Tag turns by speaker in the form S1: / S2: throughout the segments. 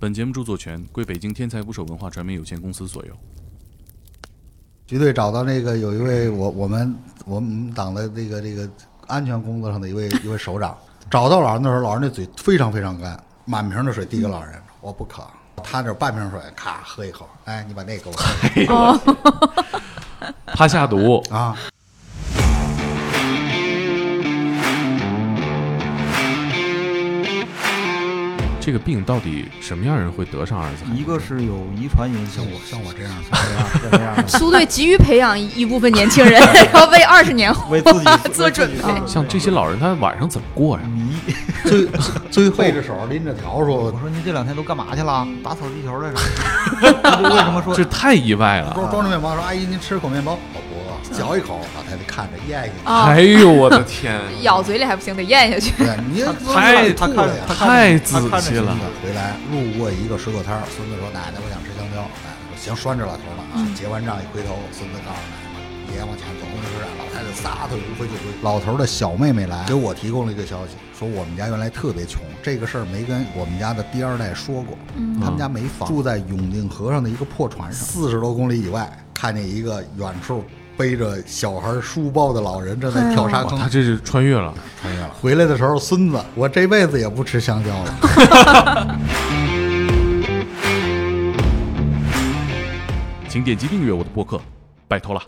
S1: 本节目著作权归北京天才捕手文化传媒有限公司所有。
S2: 局队找到那个有一位我我们我们党的这个这个安全工作上的一位一位首长，找到老人的时候，老人那嘴非常非常干，满瓶的水递给老人，我不渴。他那半瓶水，咔喝一口，哎，你把那给我喝
S1: 怕下毒，
S2: 啊！
S1: 这个病到底什么样人会得上阿尔兹海默？
S3: 一个是有遗传因素
S2: 像，我 像我这样，
S3: 啊这样这样 的，
S4: 苏队急于培养一部分年轻人， 然后为二十年 后
S3: 为自己
S4: 做准备。
S3: 备
S1: 像这些老人，他晚上怎么过呀？
S3: 迷。
S2: 最最后背啊着手拎着笤
S3: 我
S2: 帚，
S3: 说您这两天都干嘛去了？打扫地球来着。 这就为什么说
S1: 这太意外了！
S2: 装装着面包说：“阿姨，您吃口面包。”我不饿，嚼一口，老太太看着咽下去。
S4: 啊
S1: 哎，呦我的天，
S4: 咬嘴里还不行，得咽下去。
S2: 对，你
S1: 太
S2: 吐了呀！
S1: 太仔细
S2: 孙
S1: 了
S2: 子！啊回来路过一个水果摊儿，孙子说：“奶奶，我想吃香蕉。”奶奶说：“行，拴着老头了。”结完账一回头，孙子告诉奶奶：“爷往前走公交车站。”啊老太太撒腿如飞就追。老头的小妹妹来给我提供了一个消息，说我们家原来特别穷，这个事儿没跟我们家的第二代说过。他们家没房，住在永定河上的一个破船上，嗯四十多公里以外，看见一个远处背着小孩书包的老人正在跳沙
S1: 哇
S2: 坑。
S1: 他这是穿越了。
S2: 穿越了。回来的时候，孙子，我这辈子也不吃香蕉了。
S1: 请点击订阅我的播客，拜托了。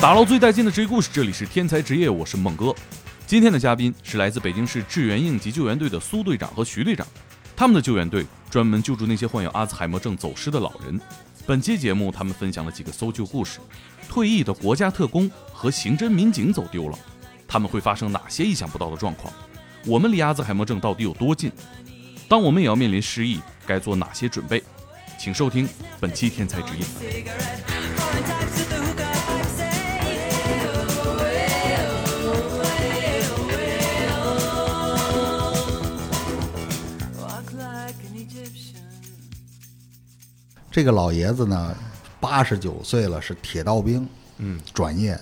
S1: 打捞最带劲的职业故事，这里是天才职业，我是猛哥。今天的嘉宾是来自北京市志愿应急救援队的苏队长和徐队长，他们的救援队专门救助那些患有阿兹海默症走失的老人。本期节目，他们分享了几个搜救故事：退役的国家特工和刑侦民警走丢了，他们会发生哪些意想不到的状况？我们离阿兹海默症到底有多近？当我们也要面临失忆，该做哪些准备？请收听本期《天才之音》。
S5: Walk like an Egyptian.
S2: 这个老爷子呢，八十九岁了，是铁道兵，嗯，转业。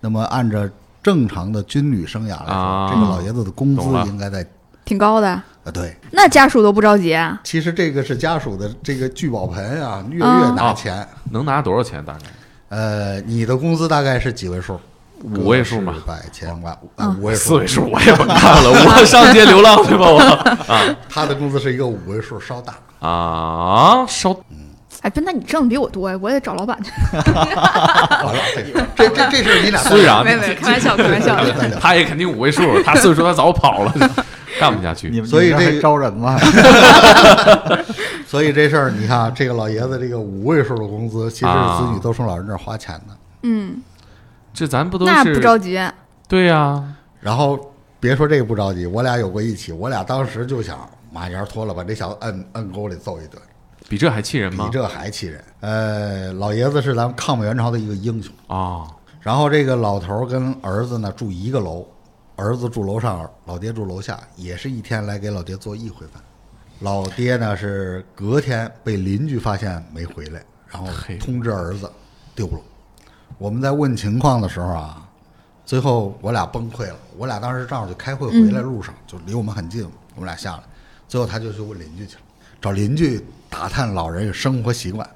S2: 那么按照正常的军旅生涯来说，
S1: 啊
S2: 这个老爷子的工资
S1: 懂了
S2: 应该在
S4: 挺高的，
S2: 啊，对，
S4: 那家属都不着急啊？
S2: 其实这个是家属的这个聚宝盆啊，月月拿钱。
S1: 能拿多少钱？大概
S2: 呃，你的工资大概是几位数？
S1: 五位数嘛
S2: 个是百千万，呃五位数，
S1: 四位数我也不看了，我上街流浪去吧 我
S2: 他的工资是一个五位数，稍大。
S1: 啊！烧
S4: 哎，不，那你挣的比我多呀，我也找老板去。
S2: 完了，这这这这事儿你俩
S1: 虽然
S4: 没有没有，开玩笑，开玩笑。
S2: 对对对
S1: 他也肯定五位数，他岁数他早跑 了，干不下去
S3: 你们
S2: 所以
S3: 你们
S2: 这
S3: 还招人 吗？
S2: 所以这事儿，你看啊这个老爷子这个五位数的工资，其实
S1: 啊
S2: 子女都从老人这儿花钱的。
S4: 嗯，
S1: 这咱不都
S4: 那
S1: 是
S4: 不着急。
S1: 对啊呀、
S2: 然后别说这个不着急，我俩有过一起，我俩当时就想马甲脱了，把这小子摁摁沟里揍一顿，
S1: 比这还气人
S2: 比
S1: 吗？
S2: 这还气人。呃，老爷子是咱们抗美援朝的一个英雄。
S1: 啊
S2: 然后这个老头儿跟儿子呢住一个楼，儿子住楼上，老爹住楼下，也是一天来给老爹做一回饭。老爹呢是隔天被邻居发现没回来，然后
S1: 嘿
S2: 通知儿子丢了。我们在问情况的时候啊，最后我俩崩溃了。我俩当时正好就开会回来路上，就离我们很近，我们俩下来。最后他就去问邻居去了，找邻居打探老人有生活习惯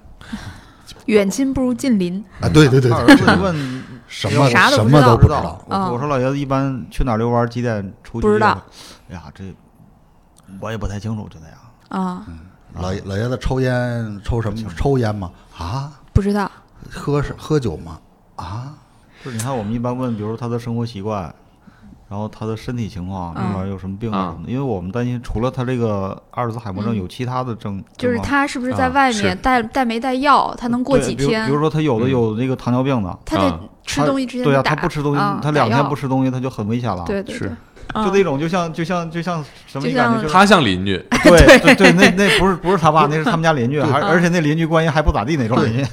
S4: 远亲不如近邻，
S2: 啊！对对对
S3: 他
S2: 对，
S3: 儿子就问
S2: 什么
S4: 啥都
S2: 什
S4: 不知道
S2: 么都
S3: 不
S2: 不
S3: 知
S2: 知
S3: 道
S2: 道。。
S3: 我
S4: 啊
S3: 我说老爷子一般去哪儿遛弯儿，几点出去？
S4: 不知道。
S3: 哎呀，这我也不太清楚，就那样。
S4: 啊，
S2: 老爷老爷子抽烟抽什么？抽烟吗？啊，
S4: 不知
S3: 嗯
S4: 道。
S2: 喝是喝酒吗？啊，
S3: 就是你看，我们一般问，比如他的生活习惯，然后他的身体情况，
S4: 嗯
S3: 里边有什么病啊
S1: 嗯
S3: 什么的，因为我们担心除了他这个阿尔兹海默症，有其他的症，
S4: 嗯就是
S3: 症状
S4: 他是不是在
S3: 啊
S4: 外
S1: 是
S4: 面带带没带药？他能过
S3: 对
S4: 几
S3: 比如
S4: 天
S3: 比？如说他有的
S1: 嗯
S3: 有那个糖尿病的，
S4: 他
S1: 啊
S4: 得吃
S3: 他
S4: 东西之前
S3: 对呀、
S4: 得打
S3: 他不吃东西，
S4: 啊
S3: 他两
S4: 打
S3: 天
S4: 药
S3: 不吃东西，他就很危险了。
S4: 对对
S1: 是
S4: 对，
S3: 就
S4: 啊
S3: 那种就像就像就像什么
S4: 就
S3: 感觉，就
S1: 他像邻居，
S4: 哎
S3: 是对对对，那那不是不是他爸，那是他们家 邻居，还
S4: 嗯
S3: 而且那邻居关系还不咋地那种邻居。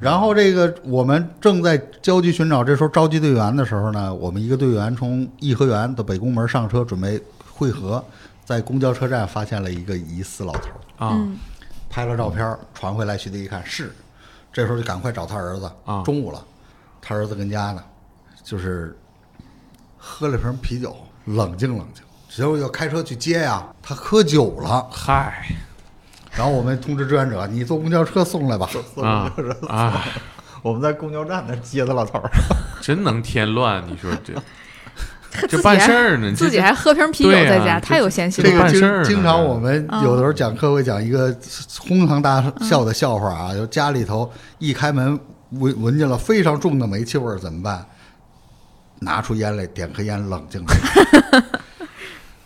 S2: 然后这个我们正在焦急寻找，这时候召集队员的时候呢，我们一个队员从颐和园的北宫门上车准备汇合，在公交车站发现了一个疑似老头儿，
S1: 啊、
S4: 嗯，
S2: 拍了照片儿传回来，徐迪一看是，这时候就赶快找他儿子
S1: 啊
S2: 中午了，他儿子跟家呢，就是喝了瓶啤酒，冷静冷静。结果要开车去接呀、他喝酒了。
S1: 嗨
S2: 然后我们通知志愿者，你坐公交车送来吧。
S1: 啊啊，
S3: 我们在公交站那儿接的老头儿，
S1: 真能添乱！你说这
S4: 他
S1: 这
S4: 自己
S1: 办
S4: 还
S1: 事儿呢，
S4: 自己
S1: 这
S4: 还喝瓶啤酒
S1: 对啊
S4: 在家，
S1: 这
S4: 太有闲心
S2: 这
S4: 了。
S2: 个
S1: 办事儿呢
S2: 经经常我们有的时候讲课会讲一个哄堂大笑的笑话啊，就家里头一开门闻闻见了非常重的煤气味儿怎么办？拿出烟来，点颗烟，冷静冷静。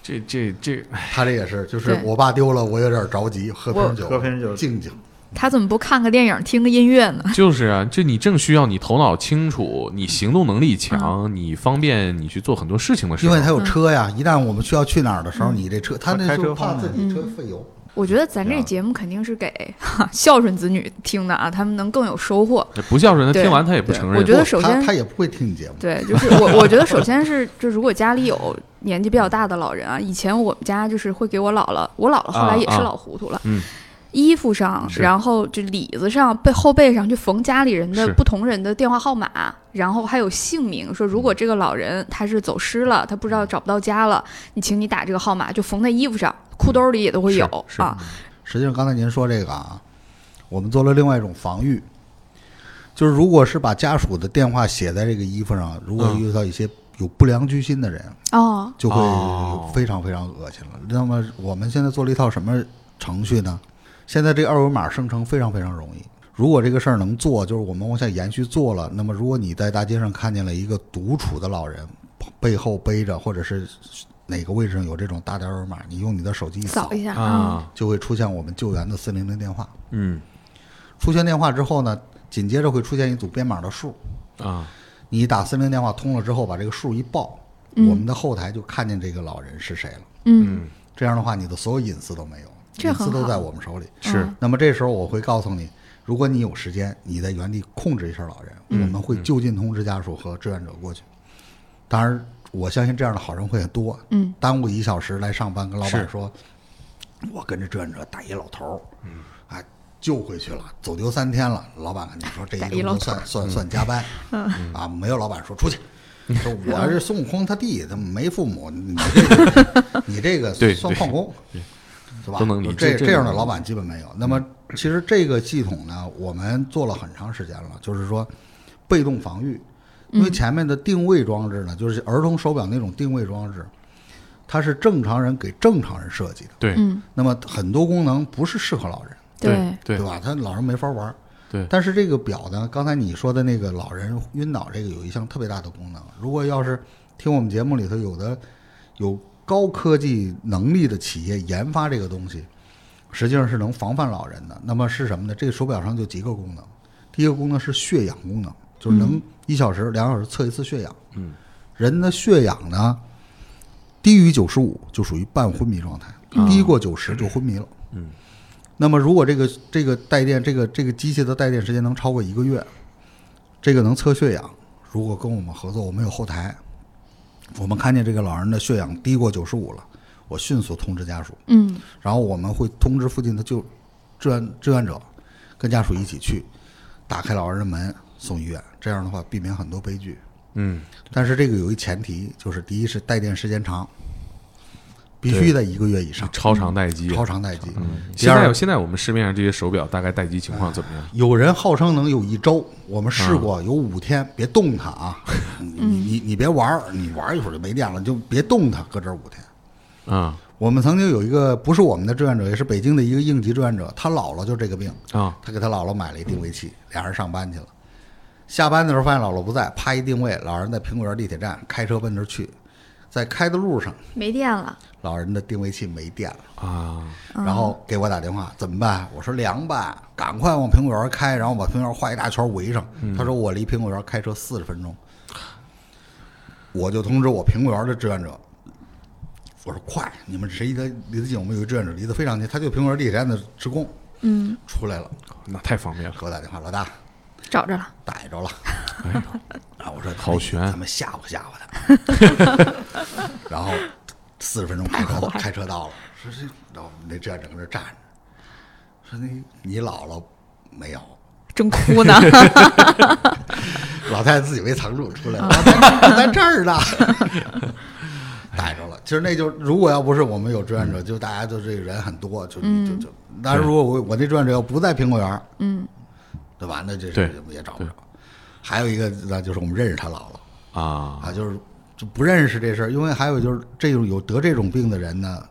S1: 这这这，
S2: 他这也是，就是
S4: 对
S2: 我爸丢了，我有点着急，喝瓶酒，
S3: 我喝瓶酒
S2: 静静。
S4: 他怎么不看个电影，听个音乐呢？
S1: 就是啊，这你正需要你头脑清楚，你行动能力
S4: 嗯
S1: 强，你方便你去做很多事情的时
S2: 因
S1: 候
S2: 为，他有车呀，一旦我们需要去哪儿的时候，你这车他那
S3: 开
S2: 时候
S3: 车
S2: 怕
S3: 方
S2: 自
S3: 便
S2: 己车费油。
S4: 我觉得咱
S2: 对
S4: 这
S2: 啊
S4: 节目肯定是给 孝顺子女听的啊，他们能更有收获。
S1: 不孝顺，他
S4: 对
S1: 听完他也不承认。
S4: 我觉得
S2: 不
S4: 首
S2: 他
S4: 先
S2: 他也不会听你节目，
S4: 对，就是 我，我觉得首先是，就如果家里有年纪比较大的老人啊，以前我们家就是会给我姥姥，我姥姥后来也
S1: 啊
S4: 是
S1: 啊
S4: 老糊涂了，
S1: 嗯
S4: 衣服上，
S1: 是
S4: 然后就里子上、背后背上去缝家里人的
S1: 是
S4: 不同人的电话号码，然后还有姓名，说如果这个老人他是走失了，他不知道找不到家了，你请你打这个号码，就缝在衣服上，裤兜里也都会
S1: 是
S4: 有
S1: 是
S4: 啊，
S2: 实际上，刚才您说这个啊，我们做了另外一种防御，就是如果是把家属的电话写在这个衣服上，如果
S1: 嗯
S2: 遇到一些有不良居心的人，
S4: 哦，
S2: 就
S1: 哦
S2: 会非常非常恶心了。那么我们现在做了一套什么程序呢？现在这个二维码生成非常非常容易。如果这个事儿能做，就是我们往下延续做了。那么，如果你在大街上看见了一个独处的老人，背后背着或者是哪个位置上有这种大的二维码，你用你的手机一扫
S4: 扫，一下啊，
S1: 啊，
S2: 就会出现我们救援的四零零电话。
S1: 嗯
S2: 出现电话之后呢，紧接着会出现一组编码的数。
S1: 啊，
S2: 你打四零电话通了之后，把这个数一报，
S4: 嗯
S2: 我们的后台就看见这个老人是谁了。
S4: 嗯，
S2: 这样的话，你的所有隐私都没有，
S4: 这
S2: 隐私
S4: 很
S2: 都
S4: 好
S2: 在我们手里。
S1: 是
S2: 那么这时候我会告诉你，如果你有时间，你在原地控制一下老人，我们会就近通知家属和志愿者过去。当然，我相信这样的好人会很多。
S4: 嗯，
S2: 耽误一小时来上班，跟老
S1: 是
S2: 板说，我跟着志愿者打一老头儿，哎，救回去了，走丢三天了。老板跟你说，这
S4: 打一
S2: 一
S4: 老
S2: 周
S4: 头
S2: 算算算加班，啊，没有老板说出去。说我是孙悟空他弟，他没父母，你这个你这个
S1: 对
S2: 算
S1: 对
S2: 旷工，是吧？
S1: 都能理解
S2: 这
S1: 这嗯
S2: 这样的
S1: 个
S2: 老板基本没有。那么其实这个系统呢，我们做了很长时间了，就是说被动防御，因为前面的定位装置呢，就是儿童手表那种定位装置，它是正常人给正常人设计的，
S1: 对
S4: 嗯，
S2: 那么很多功能不是适合老人，
S4: 对，
S1: 对
S2: 吧？他老人没法玩儿。
S1: 对
S2: 但是这个表呢，刚才你说的那个老人晕倒这个有一项特别大的功能，如果要是听我们节目里头有的有高科技能力的企业研发这个东西，实际上是能防范老人的。那么是什么呢？这个手表上就几个功能，第一个功能是血氧功能，就是能一小时、两小时测一次血氧。
S1: 嗯，
S2: 人的血氧呢低于九十五就属于半昏迷状态，低过九十就昏迷了。
S1: 嗯，
S2: 那么如果这个这个带电这个这个机器的带电时间能超过一个月，这个能测血氧。如果跟我们合作，我们有后台，我们看见这个老人的血氧低过九十五了，我迅速通知家属，
S4: 嗯，
S2: 然后我们会通知附近的救志愿志愿者，跟家属一起去打开老人的门送医院。这样的话，避免很多悲剧。
S1: 嗯
S2: 但是这个有一前提，就是第一是带电时间长，必须在一个月以上，
S1: 超长待机。
S2: 嗯超长待机。第
S1: 现在有
S2: 二，
S1: 现在我们市面上这些手表大概待机情况怎么样？
S2: 有人号称能有一周，我们试过有五天，别动它啊！你你你别玩儿，你玩儿一会儿就没电了，你就别动它，搁这儿五天。
S1: 啊
S2: 我们曾经有一个不是我们的志愿者，也是北京的一个应急志愿者，他姥姥就这个病，
S1: 啊
S2: 他给他姥姥买了一定位器，俩人上班去了。下班的时候发现姥姥不在，啪一定位，老人在苹果园地铁站开车奔着去，在开的路上，
S4: 没电了，
S2: 老人的定位器没电了，
S1: 啊！
S2: 然后给我打电话，怎么办？我说凉吧，赶快往苹果园开，然后把苹果园画一大圈围上。他说我离苹果园开车四十分钟，我就通知我苹果园的志愿者，我说快，你们谁离得离得近？我们有一志愿者离得非常近，他就苹果园地铁站的职工
S4: 嗯，
S2: 出来了，
S1: 那太方便了，
S2: 给我打电话，老大
S4: 找着了，
S2: 逮着了。
S1: 哎呦，
S2: 然后我说
S1: 好悬
S2: 咱们吓唬吓唬他。 然后四十分钟开车开车到了，说这，然后那志愿者搁那站着，说那你姥姥没有？
S4: 正哭呢。
S2: 老太太自己没藏住出来了，我 在这儿呢，逮着了。其实那就如果要不是我们有志愿
S1: 嗯
S2: 者，就大家就这个人很多，就就就。但是如果我我那志愿者要不在苹果园，嗯，对吧？那这
S1: 对
S2: 事也找不着。还有一个那就是我们认识他姥姥
S1: 啊，
S2: 啊，就是就不认识这事儿，因为还有就是这种有得这种病的人呢，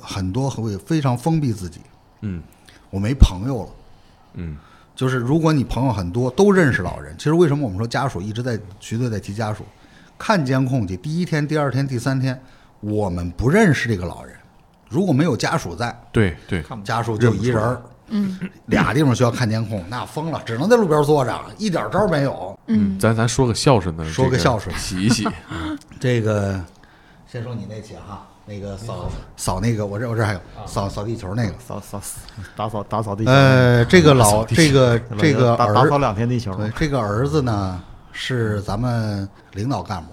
S2: 很多会非常封闭自己。
S1: 嗯
S2: 我没朋友了。
S1: 嗯，
S2: 就是如果你朋友很多，都认识老人，其实为什么我们说家属一直在徐队在提家属，看监控去，第一天、第二天、第三天，我们不认识这个老人，如果没有家属在，
S1: 对对，
S3: 看不
S2: 家属就一人儿，嗯，俩地方需要看监控，那疯了，只能在路边坐着，一点招儿没有。
S1: 嗯，咱咱说个孝顺的，
S2: 说个
S1: 这
S2: 孝顺
S1: 洗一洗，
S2: 这个先说你那起哈，那个扫啊扫那个，我这我这还有扫扫地球那个，
S3: 扫扫打扫打扫地球，
S2: 呃，这个老这个 这个
S3: 打打
S2: 儿
S3: 扫两天地球，
S2: 对，这个儿子呢是咱们领导干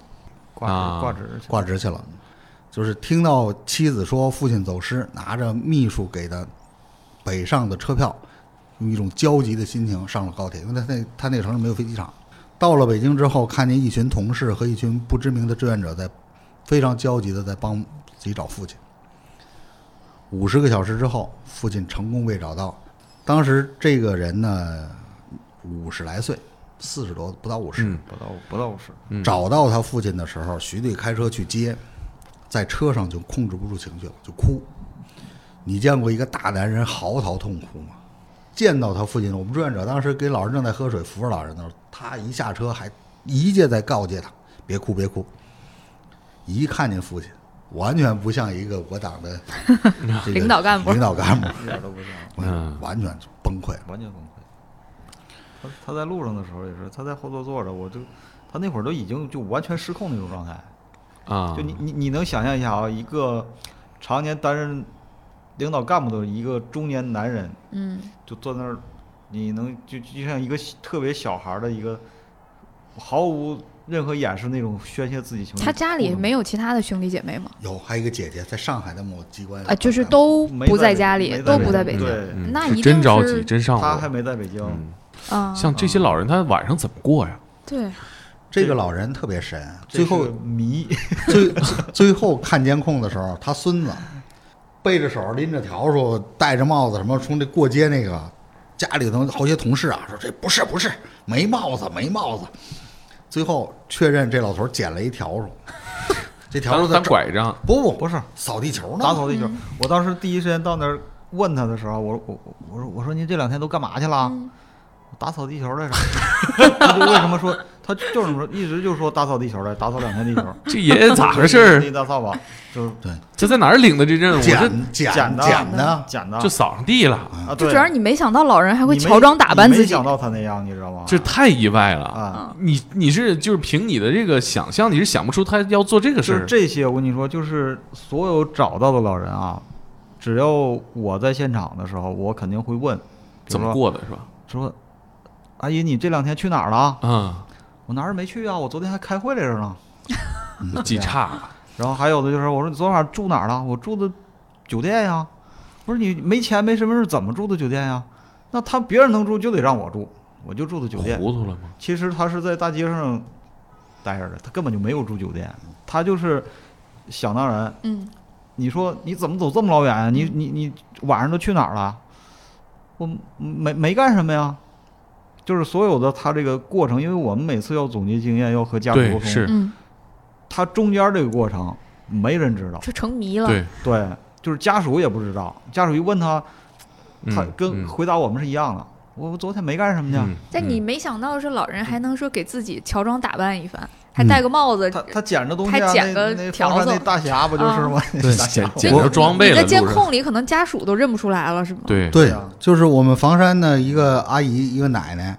S2: 部，
S1: 啊
S3: 挂挂纸去
S2: 挂职去了。就是听到妻子说父亲走失，拿着秘书给的北上的车票，用一种焦急的心情上了高铁，因为他那他那个城市没有飞机场。到了北京之后，看见一群同事和一群不知名的志愿者在非常焦急的在帮自己找父亲。五十个小时之后，父亲成功被找到。当时这个人呢，五十来岁，四十多不到五十、
S1: 嗯
S3: 不到不到五十，
S4: 嗯
S2: 找到他父亲的时候，徐队开车去接，在车上就控制不住情绪了，就哭。你见过一个大男人嚎啕痛哭吗？见到他父亲，我们志愿者当时给老人正在喝水，扶着老人的时候，他一下车还一介在告诫他别哭别哭。一看见父亲，完全不像一个我党 的这个
S4: 领导干部
S2: 领导干部，
S3: 一点都不像，
S1: 嗯
S2: 完全就崩溃了。
S3: 完全崩溃。他他在路上的时候也是，他在后座坐着，我就他那会儿都已经就完全失控那种状态。
S1: 啊，
S3: 就你你你能想象一下啊，一个常年担任领导干部的一个中年男人，
S4: 嗯，
S3: 就坐那儿，你能就就像一个小特别小孩儿的一个毫无任何掩饰那种宣泄自己情绪。
S4: 他家里没有其他的兄弟姐妹吗？
S2: 有，还有一个姐姐在上海的某机关
S4: 啊，就是都
S3: 没
S4: 不
S3: 在
S4: 在家
S3: 北
S4: 里，
S3: 没在
S4: 都
S3: 北
S4: 不在
S3: 京
S4: 北京
S3: 对
S1: 嗯
S4: 那
S1: 是
S4: 一
S1: 真
S4: 定
S1: 着
S4: 是
S1: 急，真上
S3: 他
S1: 火
S3: 还。没在北京，
S1: 嗯
S4: 啊。
S1: 像这些老人，他晚上怎么过呀？
S4: 对，
S2: 这个老人特别神，
S3: 这
S2: 最
S3: 是
S2: 后
S3: 个迷
S2: 最 最后看监控的时候，他孙子背着手拎着笤帚，戴着帽子什么从这过街那个，家里头好些同事啊说这不是不是没帽子没帽子，最后确认这老头捡了一笤帚，这笤帚
S1: 当
S2: 在
S1: 当
S2: 这儿
S1: 拐杖，
S2: 不不
S3: 不是
S2: 扫地球呢，
S3: 打扫地球。
S4: 哦嗯
S3: 我当时第一时间到那儿问他的时候，我说我我我说我说您这两天都干嘛去了？
S4: 嗯
S3: 我打扫地球来着。 他就为什么说他就是说一直就说打扫地球来，打扫两天地球。
S1: 这爷爷咋回事儿
S3: 那？大扫把就是
S1: 这在哪儿领的这任务？这
S2: 捡捡
S3: 捡的啊
S2: 捡的，
S3: 捡的，
S1: 就扫上地了，
S3: 啊，
S4: 就
S3: 对，
S4: 主要是你没想到老人还
S3: 还
S4: 会乔装打扮自
S3: 没
S4: 己嗯
S3: 想，到他那样，你知道吗？
S1: 这太意外了。
S3: 啊，
S1: 你你是就是凭你的这个想象，你是想不出他要做这个
S3: 就
S1: 事
S3: 是
S1: 儿。
S3: 这些，我跟你说，就是所有找到的老人啊，只要我在现场的时候，我肯定会问，比
S1: 怎
S3: 如
S1: 么
S3: 说
S1: 过的是吧？
S3: 说，阿姨，你这两天去哪儿了？
S1: 啊，
S3: 我哪儿也没去啊，我昨天还开会来着呢。嗯
S1: 记
S3: 啊
S1: 差了，
S3: 然后还有的就是，我说你昨晚住哪儿了？我住的酒店呀。我说你没钱没身份证怎么住的酒店呀？那他别人能住就得让我住，我就住的酒店。
S1: 糊涂了吗？
S3: 其实他是在大街上待着的，他根本就没有住酒店，他就是想当然。
S4: 嗯，
S3: 你说你怎么走这么老远啊？你你你晚上都去哪儿了？我没没干什么呀，就是所有的他这个过程，因为我们每次要总结经验，要和家属沟
S1: 对，
S3: 通，
S1: 是，
S4: 嗯，
S3: 他中间这个过程没人知道，
S4: 就成迷了，
S1: 对，
S3: 对，就是家属也不知道，家属一问他，他
S1: 嗯
S3: 跟
S1: 嗯
S3: 回答我们是一样的。我我昨天没干什么去，
S1: 嗯
S4: 但你
S1: 嗯
S4: 没想到是老人还能说给自己乔装打扮一番，还
S2: 嗯
S4: 戴个帽子。
S3: 他他捡着东西、啊，
S4: 他捡
S3: 那
S4: 个
S3: 那
S4: 条
S3: 黄
S4: 子
S3: 山那大侠不就是吗？
S2: 对
S3: 大侠
S1: 捡
S3: 我
S1: 捡
S2: 我
S1: 着装备
S4: 你
S1: 了，
S4: 在监
S1: 路上
S4: 控里可能家属都认不出来了，是吗？，
S1: 对
S2: 对
S3: 对啊，
S2: 就是我们房山的一个阿姨，一个奶奶，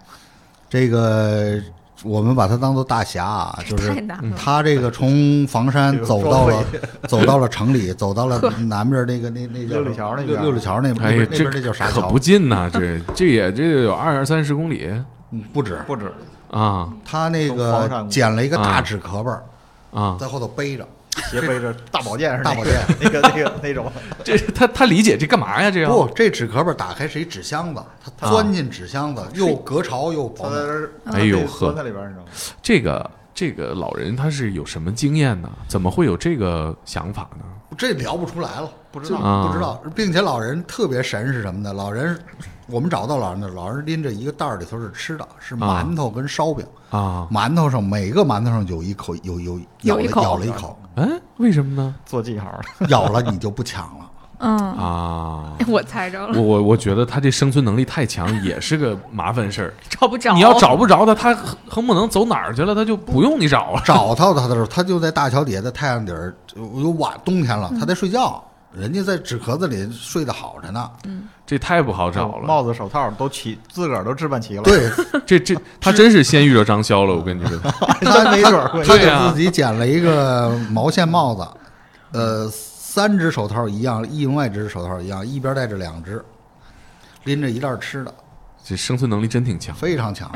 S2: 这个我们把她当做大侠啊，就是
S4: 太难了。
S2: 他这个从房山走到 了，走到了城里，走到了南边那个那那叫
S3: 六里桥那边
S2: 六六里桥那边
S1: 哎
S2: 那
S1: 呀
S2: 边，那
S1: 这
S2: 边那叫啥
S1: 可
S2: 桥
S1: 不？近呐、这这也这有二三十公里
S2: 嗯不止，
S3: 不止，
S1: 啊
S2: 他那
S3: 从房山
S2: 个
S3: 过去
S2: 捡了一个大纸壳儿，
S1: 啊！
S2: 在后头背着，
S3: 斜背着大宝剑似的，
S2: 大宝剑
S3: 那个那个那种，
S1: 这他他理解这干嘛呀？这样
S2: 不，这纸壳儿打开是一纸箱
S1: 啊
S2: 子，它钻进纸箱子，又隔潮又
S3: 他
S2: 保
S3: 在这
S2: 暖。
S3: 儿
S1: 哎呦呵
S3: 关在里边儿，你知道吗？
S1: 这个这个老人他是有什么经验呢？怎么会有这个想法呢？
S2: 这聊不出来了，不
S3: 知道
S1: 啊
S2: 不知道。并且老人特别神是什么呢？老人，我们找到老人的，老人拎着一个袋儿，里头是吃的，是
S1: 啊
S2: 馒头跟烧饼。
S1: 啊，
S2: 馒头上每个馒头上有一口，有有咬
S4: 有
S2: 了
S4: 一口
S2: 咬了一口，
S1: 嗯，为什么呢？
S3: 做记号儿，
S2: 咬了你就不抢了。
S4: 嗯，
S1: 啊，
S4: 我猜着
S1: 我，
S4: 了
S1: 我我觉得他这生存能力太强，也是个麻烦事儿。
S4: 找不着。
S1: 你要找不着他，他横横不能走哪儿去了，他就不用你找了。
S2: 找到他的时候，他就在大桥底下，在太阳底儿，有晚冬天了，他在睡觉，人家在纸壳子里睡得好着呢。
S1: 这太不好找
S2: 哦
S1: 了。
S3: 帽子、手套都齐，自个儿都置办齐了，，
S2: 对，
S1: 这这他真是先遇着张潇了，我跟你说。
S2: 他
S3: 没准儿会
S2: 他
S1: 对啊
S2: 给自己剪了一个毛线帽子，呃，三只手套一样，另外一只手套一样，一边戴着两只，拎着一袋儿吃的，
S1: 这生存能力真挺强。
S2: 非常强。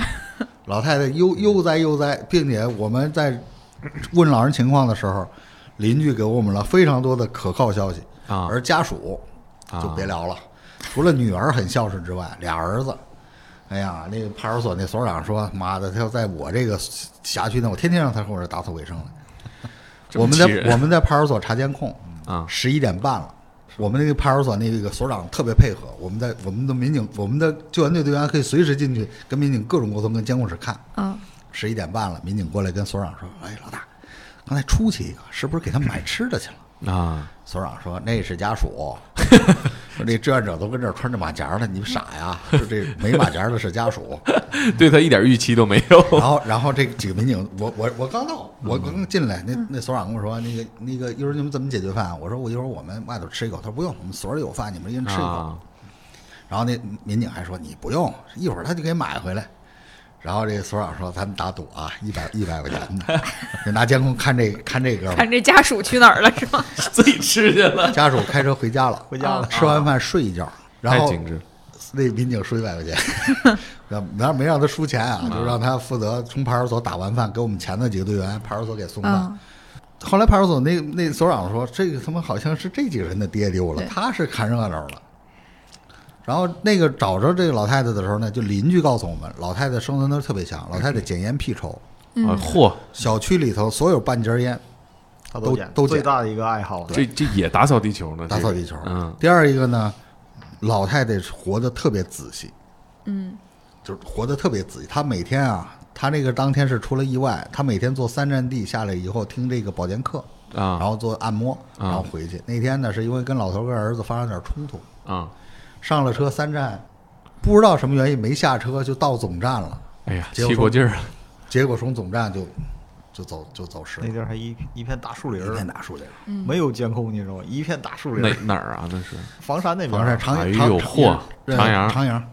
S2: 老太太悠悠哉悠哉，并且我们在问老人情况的时候，邻居给我们了非常多的可靠消息
S1: 啊
S2: 而家属就别聊了，除了女儿很孝顺之外，俩儿子。哎呀，那个派出所那所长说：“妈的，他要在我这个辖区呢，我天天让他给我这打扫卫生来。”
S1: 这么
S2: 我们
S1: 气人
S2: 在我们在派出所查监控，
S1: 啊
S2: 十一点半了。我们那个派出所那个所长特别配合，我们在我们的民警，我们的救援队队员可以随时进去跟民警各种沟通，跟监控室看。
S4: 嗯，
S2: 十一点半了，民警过来跟所长说：“哎，老大，刚才出去一个，是不是给他们买吃的去了
S1: 啊，？”
S2: 所长说：“那是家属，说这志愿者都跟这儿穿着马甲呢，你们傻呀？说这没马甲的是家属。”嗯
S1: 对他一点预期都没有。
S2: 然后，然后这几个民警，我我我刚到，我刚进来，那那所长跟我说，那个那个，一会儿你们怎么解决饭啊？我说我一会儿我们外头吃一口。他说不用，我们所里有饭，你们一人吃一口。
S1: 啊
S2: 然后那民警还说你不用，一会儿他就给买回来。然后这所长说咱们打赌啊，一百一百块钱的，就拿监控看这看这哥们儿
S4: 看这家属去哪儿了是吧？
S1: 自己吃去了，
S2: 家属开车回家了，
S3: 回家了。
S2: 吃完饭睡一觉，然
S1: 太
S2: 后
S1: 精致。
S2: 那民警输一百块钱， 然后没让他输钱
S3: 嗯
S2: 啊，就让他负责从派出所打完饭给我们前的几个队员，派出所给送饭
S4: 嗯。
S2: 后来派出所那那所长说，这个他妈好像是这几个人的爹丢了
S4: 对，
S2: 他是看热闹了。然后那个找着这个老太太的时候呢，就邻居告诉我们，老太太生存能力特别强，老太太
S1: 嗯
S2: 捡烟屁抽，
S1: 啊，嚯，
S2: 小区里头所有半截烟
S3: 他
S2: 都
S3: 捡，
S2: 都
S3: 最
S2: 捡
S3: 大的一个爱好，
S1: 这这也打扫地球呢，
S2: 打扫
S1: 这
S2: 地
S1: 个
S2: 球。
S1: 嗯，
S2: 第二一个呢，老太太活得特别仔细，
S4: 嗯，
S2: 就是活得特别仔细。她每天啊，她那个当天是出了意外，她每天做三站地下来以后听这个保健课，然
S1: 啊
S2: 后做按摩，然后回去。那天呢，是因为跟老头跟儿子发生点冲突，
S1: 啊，
S2: 上了车三站，不知道什么原因没下车就到总站了，
S1: 哎呀，
S2: 结果
S1: 气过劲儿了。
S2: 结果从总站就就走就走失
S3: 那
S2: 了，
S3: 地儿还一一片大树林
S2: 一
S3: 儿，
S2: 片大树林。
S3: 没有监控，你知道吗？一片大树林
S1: 哪
S3: 儿，
S1: 哪儿啊？那是
S3: 房山那边
S2: 房
S3: 儿。
S2: 山长
S1: 哎
S2: 阳，
S1: 呦
S2: 长
S1: 嚯长
S2: 长
S1: 阳
S2: 阳长阳，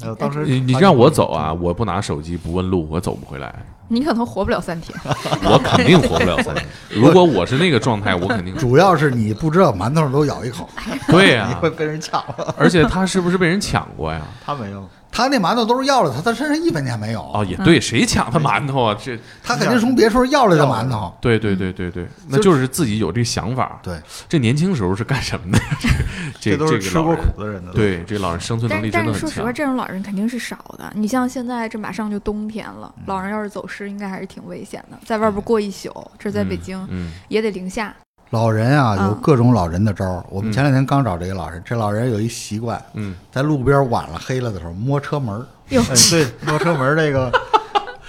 S3: 呃，当时
S1: 你你
S3: 他
S1: 让我走啊，我不拿手机不问路，我走不回来，
S4: 你可能活不了三天。
S1: 我肯定活不了三天。如果我是那个状态，我肯 定
S2: 主要是你不知道馒头都咬一口。
S1: 对啊
S3: 你
S1: 呀
S3: 会。被人抢了，
S1: 而且他是不是被人抢过呀？
S3: 他没有，
S2: 他那馒头都是要了他，他身上一分钱没有。
S1: 哦，也对，谁抢他馒头啊？这
S2: 他肯定是从别处要来的馒头。
S1: 对对对对对，那就是自己有这想法。
S2: 对，
S1: 这年轻时候是干什么的？ 这
S3: 都
S1: 这
S3: 是
S1: 个
S3: 吃
S1: 老
S3: 过
S1: 人，
S3: 苦的人的。，
S1: 对这老人生存能
S4: 但
S1: 力真
S4: 但
S1: 的
S4: 是
S1: 很
S4: 说实话，
S1: 强。
S4: 这种老人肯定是少的。你像现在这马上就冬天了，
S1: 嗯
S4: 老人要是走失，应该还是挺危险的，在外边过一宿，这在北京
S1: 嗯，
S4: 也得零下。
S2: 老人啊，
S4: 嗯
S2: 有各种老人的招儿。我
S1: 嗯
S2: 们前两天刚找这个老人，这老人有一习惯，
S1: 嗯
S2: 在路边晚了黑了的时候摸车门儿，
S4: 哟，
S3: 嗯，对，摸车门儿这个，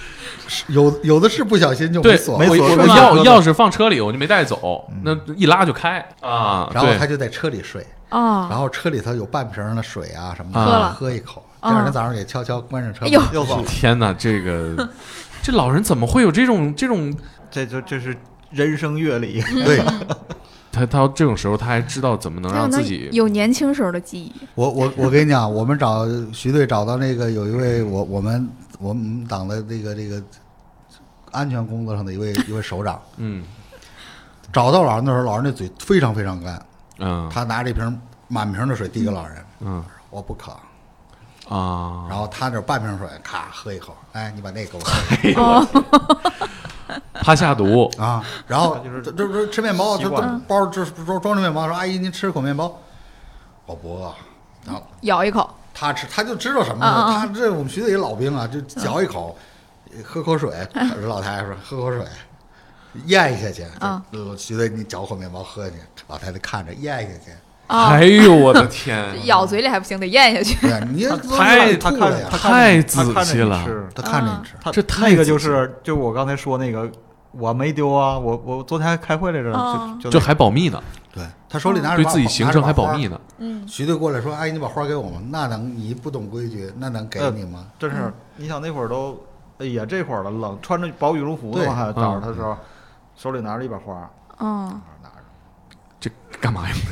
S2: 有有的是不小心就
S1: 嗯，对，
S2: 锁
S1: 我
S3: 没，锁
S1: 我
S3: 住
S1: 我
S3: 吗
S1: 钥钥匙放车里，我就没带走，那一拉就开啊。
S2: 然后
S1: 对
S2: 他就在车里睡，然
S4: 哦，
S2: 后车里头有半瓶儿的水啊什么的，
S1: 喝
S4: 了
S2: 喝一口，第
S4: 嗯
S2: 二天早上给悄悄关上车
S4: 哎呦
S2: 门。
S3: 又走，
S1: 天哪，这 个这老人怎么会有这种这种？
S3: 这就这是人生阅历，
S2: 对
S1: 他到这种时候，他还知道怎么能
S4: 他可
S1: 让自
S4: 能
S1: 己
S4: 有年轻时候的记忆。
S2: 我我我跟你讲，我们找徐队找到那个有一位我我们我们党的这个这个安全工作上的一位一位首长，
S1: 嗯
S2: 找到老人的时候，老人那嘴非常非常干，
S1: 嗯
S2: 他拿这瓶满瓶的水递给老人，
S1: 嗯
S2: 我不渴。
S1: 啊。
S2: 然后他那半瓶水，咔喝一口，哎，你把那给我。
S1: 怕下毒，
S2: 啊，然后
S3: 他就是
S2: 这这这吃面包，
S3: 习
S2: 他
S3: 惯
S2: 他
S3: 了
S2: 包这装装着面包，说阿姨您吃口面包，我不饿。然后
S4: 咬一口，
S2: 他吃，他就知道什么
S4: 啊啊
S2: 了。
S4: 啊
S2: 他这我们徐子也老兵啊，就嚼一口，喝口水。老太太说喝口水，咽一下去。
S4: 啊
S2: 就徐子你嚼口面包喝下去。老太太看着咽一下去。
S4: 啊，
S1: 哎呦我的 天，
S4: 咬嘴里还不行，得咽下去。
S2: 对，你
S3: 他
S2: 都
S1: 太
S2: 让你
S3: 他
S2: 吐
S3: 看
S2: 了呀
S3: 他看着
S1: 太
S3: 他
S1: 仔
S3: 看着
S1: 细
S3: 你
S1: 了
S3: 吃
S2: 他看着你吃，
S3: 他
S1: 这太
S3: 那个就
S1: 仔细
S3: 是就我刚才说那个，我没丢啊，我我昨天还开会来着，
S4: 哦
S3: 就就
S1: 这
S3: 那
S1: 还保密呢，
S2: 对他手里
S1: 嗯
S2: 拿着
S1: 对
S2: 把
S1: 自己行程还保。
S2: 拿
S1: 密
S2: 着把花
S1: 呢。
S4: 嗯，
S2: 徐子过来说：“阿姨，你把花给我吗？”那能，你不懂规矩，那能给
S3: 嗯
S2: 你吗？
S3: 真是你想那会儿都哎呀这会儿了，冷穿着薄羽绒服
S2: 对
S3: 呢嘛，
S1: 啊
S3: 还找着他的时候，手里拿着一把花，
S4: 哦，
S3: 拿着
S1: 这干嘛用的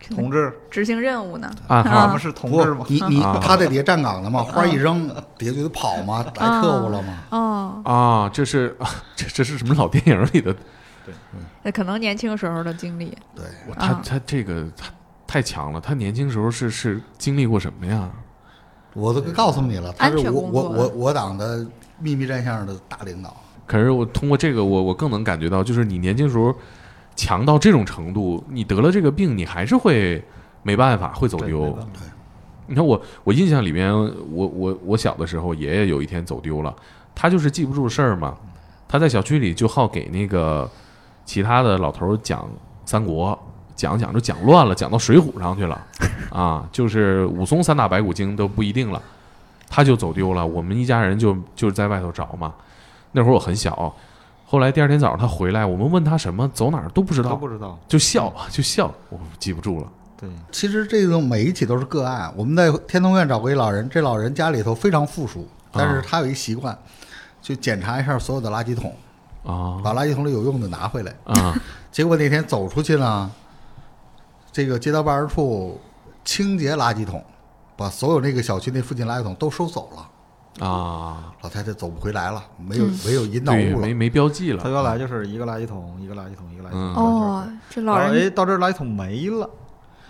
S4: 这
S3: 同志，
S4: 执行任务呢？
S1: 啊？
S3: 我们是同
S2: 不
S3: 志嘛，，
S2: 你你
S1: 啊
S2: 他在底下站岗呢嘛，花一扔，底下就得跑嘛，来特务了嘛。
S4: 哦，
S1: 啊，这是 这这是什么老电影里的？
S4: 那可能年轻时候的经历，
S2: 对，
S1: 我他
S4: 啊
S1: 他这个他太强了，他年轻时候是是经历过什么呀？
S2: 我都告诉你了，他是
S4: 安全
S2: 我
S4: 工作
S2: 我我我党的秘密战线的大领导。
S1: 可是我通过这个，我我更能感觉到，就是你年轻时候强到这种程度，你得了这个病，你还是会没办法，会走
S3: 对没
S1: 丢
S3: 办。法
S1: 你看我我印象里面，我我我小的时候，爷爷有一天走丢了，他就是记不住事儿嘛，他在小区里就好给那个其他的老头儿讲三国。讲讲就讲乱了，讲到《水浒》上去了，啊，就是武松三打白骨精都不一定了，他就走丢了。我们一家人就就是在外头找嘛，那会儿我很小，后来第二天早上他回来，我们问他什么走哪儿都不知
S3: 都
S1: 道
S3: 不，知道，
S1: 就笑就笑，我记不住了。
S3: 对，
S2: 其实这种每一起都是个案。我们在天通苑找过一老人，这老人家里头非常富庶，但
S3: 啊
S2: 是他有一习惯，就检查一下所有的垃圾桶，
S1: 啊
S2: 把垃圾桶里有用的拿回来。
S1: 啊
S2: 结果那天走出去呢，这个街道办事处清洁垃圾桶，把所有那个小区那附近垃圾桶都收走了。
S1: 啊！
S2: 老太太走不回来了，没有、
S4: 嗯
S2: 没有引导
S1: 对，
S2: 物
S1: 没
S2: 了。
S1: 没标记
S3: 他
S1: 了。
S3: 原来就是一个垃圾桶，一个垃圾桶，一个垃圾
S1: 嗯
S3: 桶，
S4: 哦，这老
S3: 然后哎
S4: 人，
S3: 到这儿垃圾桶没了，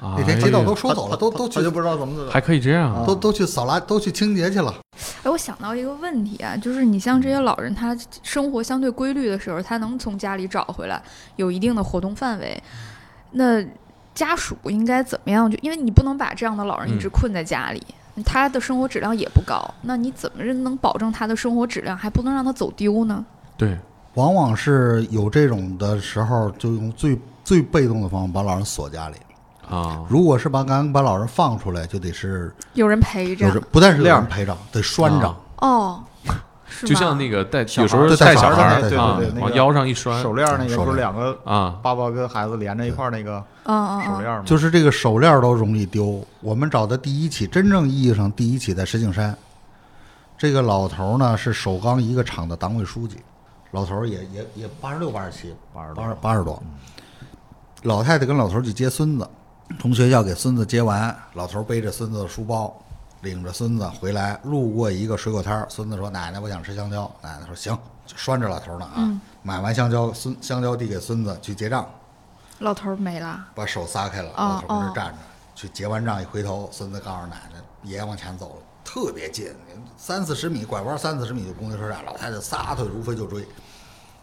S1: 那
S2: 那天街道都收走了，
S3: 他
S2: 都
S3: 他
S2: 都去
S3: 他就不知道怎么走，
S1: 啊哎还可以这样啊
S2: 都都去扫垃，都去清洁去了。
S4: 哎，我想到一个问题啊，就是你
S1: 嗯
S4: 像这些老人，他生活相对规律的时候，他能从家里找回来，有一定的活动范围，
S1: 嗯
S4: 那家属应该怎么样？就因为你不能把这样的老人一
S1: 嗯
S4: 直困在家里。他的生活质量也不高，那你怎么能保证他的生活质量，还不能让他走丢呢？
S1: 对，
S2: 往往是有这种的时候，就用最最被动的方法把老人锁家里。
S1: 啊，
S2: 如果是把敢把老人放出来，就得是
S4: 有人陪
S2: 有
S4: 着
S2: 人，不但是有
S3: 晾
S2: 人陪着，得拴着
S1: 啊。
S4: 哦，是
S1: 就像
S4: 吗
S1: 那个带
S3: 小
S1: 有时
S3: 孩
S1: 候
S3: 儿
S1: 带
S2: 带
S1: 小
S2: 小
S1: 孩
S2: 孩儿
S1: 儿
S2: 对对
S1: 啊
S2: 对
S3: 那个
S1: 往腰上一拴
S3: 手链儿那
S2: 手
S3: 个不
S2: 链
S3: 是两个
S1: 啊
S3: 爸爸跟孩子连着一块儿那个
S4: 嗯嗯
S3: 手
S4: 嗯，
S3: 链儿吗？
S2: 就是这个手链都容易丢。我们找的第一起，真正意义上第一起在石景山，这个老头儿呢是首钢一个厂的党委书记，老头儿也也也八十六八十七
S3: 八十多嗯
S2: 八十八十多，老太太跟老头儿去接孙子，从学校给孙子接完，老头儿背着孙子的书包。领着孙子回来，路过一个水果摊儿，孙子说：“奶奶，我想吃香蕉。”奶奶说：“行。”就拴着老头儿呢啊，买完香蕉，孙香蕉递给孙子去结账，
S4: 老头儿没了，
S2: 把手撒开了，
S4: 哦
S2: 老头儿那儿站着，去结完账一回头，孙子告诉奶奶，爷爷往前走了，特别近，三四十米拐弯三四十米就公交车站，老太太撒腿如飞就追，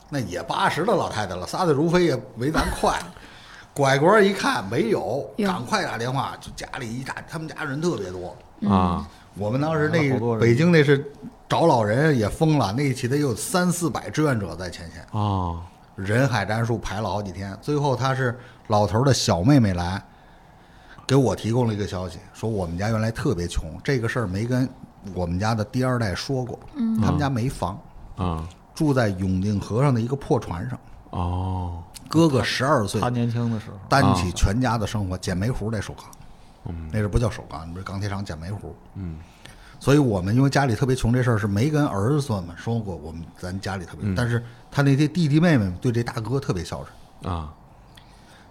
S2: 那也八十的老太太了，撒腿如飞也没咱快。拐个弯一看没有，
S4: 哟
S2: 赶快打电话，就家里一打，他们家人特别多。
S1: 啊，
S2: 我们当时
S3: 来了好
S2: 那
S3: 多人
S2: 北京那是找老人也疯了，那一起得有三四百志愿者在前
S4: 嗯
S2: 线。
S1: 啊
S2: 人海战术排了好几天，最后他是老头儿的小妹妹来，给我提供了一个消息，说我们家原来特别穷，这个事儿没跟我们家的第二代说过，他们家没房，
S1: 啊
S2: 住在永定河上的一个破船上，
S1: 哦，
S2: 哥哥十二岁
S3: 他年轻的时候，
S2: 担起全家的生活，捡煤糊在首钢，那时候不叫首钢，不是钢铁厂捡煤糊，
S1: 嗯，
S2: 所以我们因为家里特别穷这事儿是没跟儿子们说过，我们咱家里特别穷，但是他那些弟弟妹妹们对这大哥特别孝顺。
S1: 啊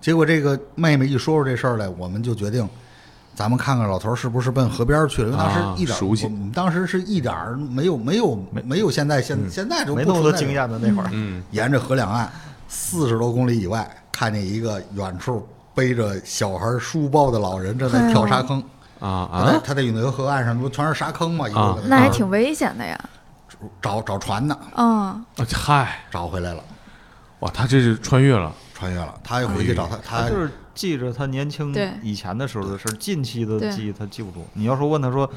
S2: 结果这个妹妹一说出这事儿来，我们就决定，咱们看看老头儿是不是奔河边儿去了。因为当
S1: 啊
S2: 时一点儿、
S1: 熟悉
S2: 我们当时是一点儿没有没有没有现在现、现在就不
S3: 没那么
S2: 存
S3: 多
S2: 在了。嗯
S3: 经验的那会儿，
S1: 嗯
S2: 沿着河两岸四十多公里以外，看见一个远处背着小孩书包的老人正在跳沙坑。
S1: 啊
S2: 他在
S1: 啊！
S3: 嗯
S2: 他在永定河河岸上，不全是沙坑吗？一个个
S1: 啊
S2: 的
S4: 那还挺危险的呀。
S2: 找找船呢，
S4: 嗯，
S1: 啊嗨，
S2: 找回来了，
S1: 哇，他这是穿越了，
S2: 穿越了。他又回
S1: 哎
S2: 去找他，他
S3: 他就是记着他年轻
S4: 对
S3: 以前的时候的事儿，近期的
S4: 对
S3: 记忆他记不住。你要说问他说，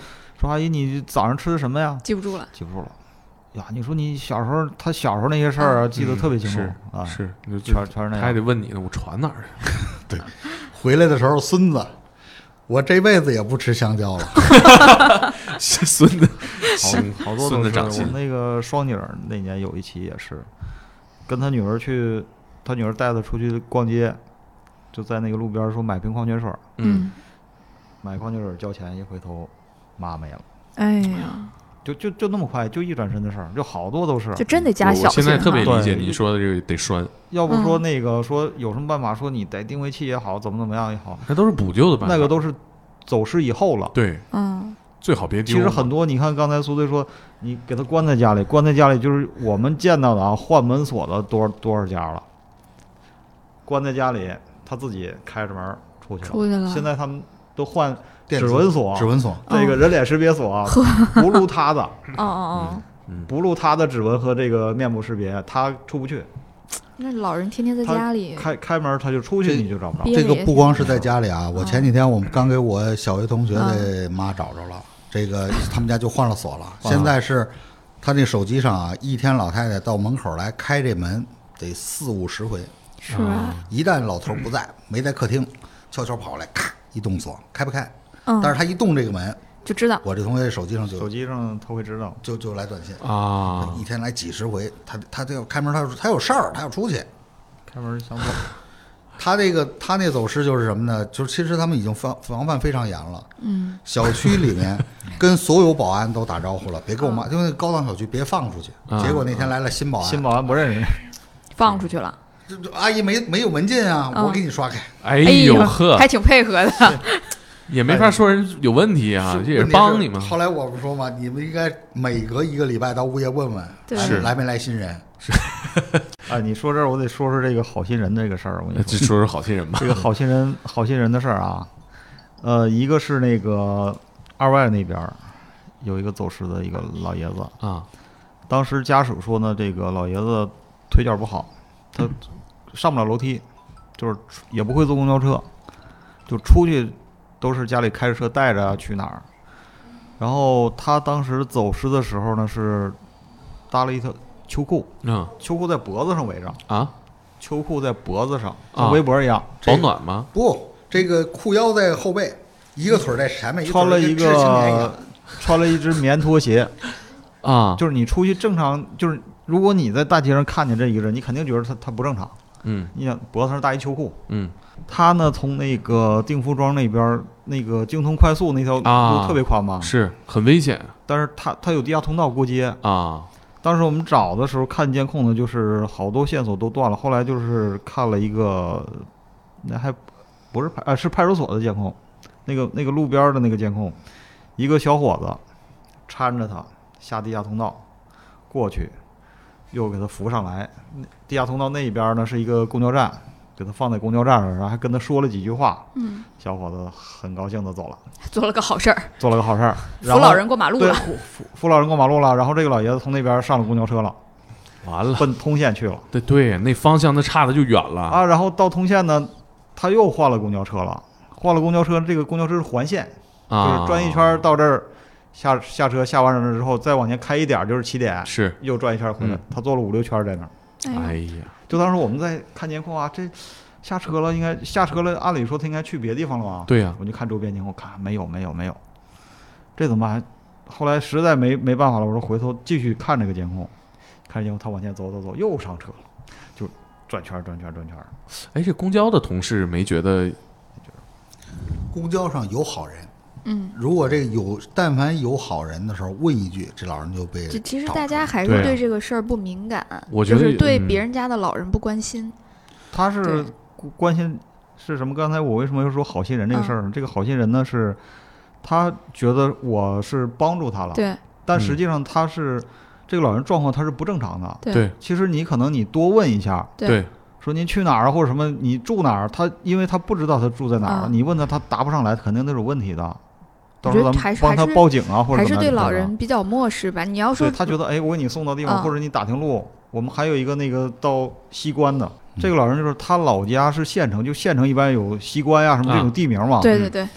S3: 说阿姨你早上吃的什么呀？
S4: 记不住了。
S3: 记不住了。呀，你说你小时候他小时候那些事
S2: 嗯
S3: 儿啊，记得特别清楚
S1: 嗯是
S3: 啊，
S1: 是，就
S3: 全全是那
S1: 他还
S3: 样
S1: 得问你呢，我传哪儿去？
S2: 回来的时候，孙子，我这辈子也不吃香蕉了。
S1: 啊 孙子，
S3: 好好多
S1: 孙子
S3: 都是
S1: 长
S3: 我
S1: 心
S3: 们，那个双女儿那年有一期也是，跟他女儿去，他女儿带他出去逛街，就在那个路边儿说买瓶矿泉水儿，
S1: 嗯，
S3: 买矿泉水儿交钱，一回头妈没了。
S4: 哎呀，
S3: 就就就那么快，就一转身的事儿，就好多都是。
S4: 就真得
S1: 我
S4: 加小啊
S1: 我
S4: 心
S1: 现
S4: 哈。
S1: 在特别理解
S3: 对
S1: 您说的这个得拴，
S3: 要不说
S4: 嗯
S3: 那个说有什么办法，说你得定位器也好，怎么怎么样也好，
S1: 那都是补救的办法，
S3: 那个都是走失以后了。
S1: 对，
S4: 嗯，
S1: 最好别
S3: 其
S1: 丢了。
S3: 实很多，你看刚才苏队说，你给他关在家里，关在家里就是我们见到的啊，换门锁的多少多少家了，关在家里，他自己开着门儿出去了。
S4: 出去了
S3: 现在他们都换
S2: 电子
S3: 指纹锁
S2: 指纹锁，
S3: 这个人脸识别 锁，不录他的，
S4: 哦哦
S3: 不录他的指纹和这个面部识别，他出不去。
S4: 哦，那老人天天在
S3: 他
S4: 家里，
S3: 开开门儿他就出
S2: 这
S3: 去，你就找不着。
S4: 憋
S2: 这
S4: 着
S2: 个
S4: 也
S2: 不
S4: 挺
S2: 光是在家里啊，我
S4: 嗯
S2: 前几天我们刚给我小学同学的妈找着了，这 个他们家就换了锁了。
S3: 换了
S2: 现在是，他那手机上啊，一天老太太到门口来开这门得四五十回，
S4: 是
S3: 嗯
S4: 吧？
S2: 一旦老头不在，没在客厅，悄悄跑来，咔一动锁，开不开？
S4: 嗯，
S2: 但是他一动这个门，
S4: 就知道
S2: 我这同学手机上
S3: 手
S2: 就
S3: 机上他会知道。
S2: 就就来短信，
S1: 啊，
S2: 一天来几十回，他他这要开门，他有他有事儿，他要出去。
S3: 开门想走，
S2: 他这个他那走势就是什么呢？就是其实他们已经防防范非常严了。
S4: 嗯，
S2: 小区里面跟所有保安都打招呼了，别给我
S4: 嗯
S2: 妈，因为高档小区别放出去。
S1: 啊
S2: 结果那天来了新保安，
S3: 新保安不认识。
S4: 放出去了。
S2: 这这阿姨没没有门禁啊，
S4: 嗯
S2: 我给你刷开。
S1: 哎
S4: 哎
S1: 呦呵
S4: 还，挺配合的。
S1: 也没法说人有问题啊，这也
S2: 问
S1: 是
S2: 题
S1: 帮你们。
S2: 后来我们说嘛，你们应该每隔一个礼拜到物业问问，
S4: 对
S2: 来
S1: 是
S2: 来没来新人？
S3: 哎，你说这儿我得说说这个好心人的这个事儿。我跟
S1: 呃
S3: 你
S1: 这
S3: 说，
S1: 说是好心人吧
S3: 这？个好心人好心人的事儿啊，呃，一个是那个二外那边儿有一个走失的一个老爷子，
S1: 啊，
S3: 当时家属说呢，这个老爷子腿脚不好，他上不了楼梯，就是出也不会坐公交车，就出去都是家里开着车带着啊去哪儿。然后他当时走失的时候呢，是搭了一条秋裤，
S1: 嗯
S3: 秋裤在脖子上围着，
S1: 啊，
S3: 秋裤在脖子上，
S1: 啊
S3: 像围脖一样，
S1: 保
S2: 这
S1: 暖吗？
S2: 不，这个裤腰在后背，一个腿在前面，一
S3: 穿了
S2: 一
S3: 一
S2: 跟知青年一样
S3: 个穿了一只棉拖鞋，
S1: 啊，
S3: 就是你出去正常，就是如果你在大街上看见这一个人，你肯定觉得他他不正常。
S1: 嗯
S3: 你想脖子上搭一秋裤，
S1: 嗯
S3: 他呢从那个定福庄那边儿那个京通快速那条
S1: 啊
S3: 路特别宽嘛，
S1: 是很危险
S3: 但是他他有地下通道过街。
S1: 啊
S3: 当时我们找的时候看监控呢，就是好多线索都断了。后来就是看了一个，那还不是派啊是派出所的监控，那个那个路边儿的那个监控，一个小伙子搀着他下地下通道过去，又给他扶上来。那地下通道那一边儿呢是一个公交站，给他放在公交站上，然后还跟他说了几句话。
S4: 嗯，
S3: 小伙子很高兴的走了，
S4: 做了个好事儿，
S3: 做了个好事儿，
S4: 扶
S3: 然后
S4: 老人过马路
S3: 对
S4: 了。
S3: 扶扶扶老人过马路了，然后这个老爷子从那边上了公交车了，
S1: 完了，
S3: 奔通县去了
S1: 对对，那方向那差的就远了
S3: 啊，然后到通县呢，他又换了公交车了，换了公交车，这个公交车是环线，就
S1: 啊，
S3: 是转一圈儿到这儿，下下车下完人之后再往前开一点儿就是起点，
S1: 是，
S3: 又转一圈儿回来
S1: 嗯，
S3: 他做了五六圈儿在那儿，
S1: 哎呀，
S3: 就当时我们在看监控啊，这下车了应该下车了，按理说他应该去别地方了吧？
S1: 对呀，
S3: 我就看周边监控，看没有没有没有，这怎么办？后来实在没没办法了，我说回头继续看这个监控，看监控他往前走走走，又上车了，就转圈儿转圈儿转圈儿。
S1: 哎，这公交的同事没觉得
S2: 公交上有好人，
S4: 嗯，
S2: 如果这个有但凡有好人的时候，问一句，这老人就被
S4: 就其实
S2: 找
S4: 大
S2: 出
S4: 家
S2: 来
S4: 还
S1: 对
S4: 是
S1: 啊
S4: 对这个事儿不敏感，
S1: 我觉
S4: 就
S1: 得
S4: 是对
S1: 嗯
S4: 别人家的老人不关心。
S3: 他
S4: 对
S3: 是关心是什么？刚才我为什么又说好心
S4: 嗯
S3: 人这个事儿呢？这个好心人呢是，他觉得我是帮助他了，
S4: 对
S3: 但实际上他是、这个老人状况他是不正常的。
S1: 对
S3: 其实你可能你多问一下，
S1: 对
S3: 说您去哪儿啊或者什么，你住哪儿？他因为他不知道他住在哪儿，
S4: 啊
S3: 你问他，他答不上来，肯定都是有问题的。到时候咱
S4: 我觉得还
S3: 们
S4: 是
S3: 帮他
S4: 还是
S3: 报警啊，或者
S4: 还
S3: 怎
S4: 是
S3: 么
S4: 对
S3: 样
S4: 老
S3: 的
S4: 人比较漠视吧。你要说
S3: 对他觉得，哎，我给你送到地
S4: 嗯
S3: 方，或者你打听路。我们还有一个那个到西关的，这个老人就是他老家是县城，就县城一般有西关呀、什么这种
S1: 啊
S3: 地名嘛。
S4: 对对对，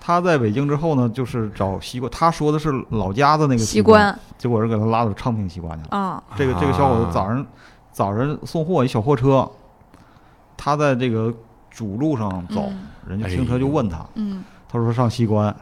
S3: 他在北京之后呢，就是找西关，他说的是老家的那个
S4: 习
S3: 关，
S4: 惯
S3: 结果是给他拉到昌平西关去了。
S4: 啊，
S3: 这个这个小伙
S1: 啊
S3: 子早上早上送货一小货车，他在这个主路上走，
S4: 嗯
S3: 人家
S1: 哎
S3: 停车就问他，
S4: 嗯，
S3: 他说上西关，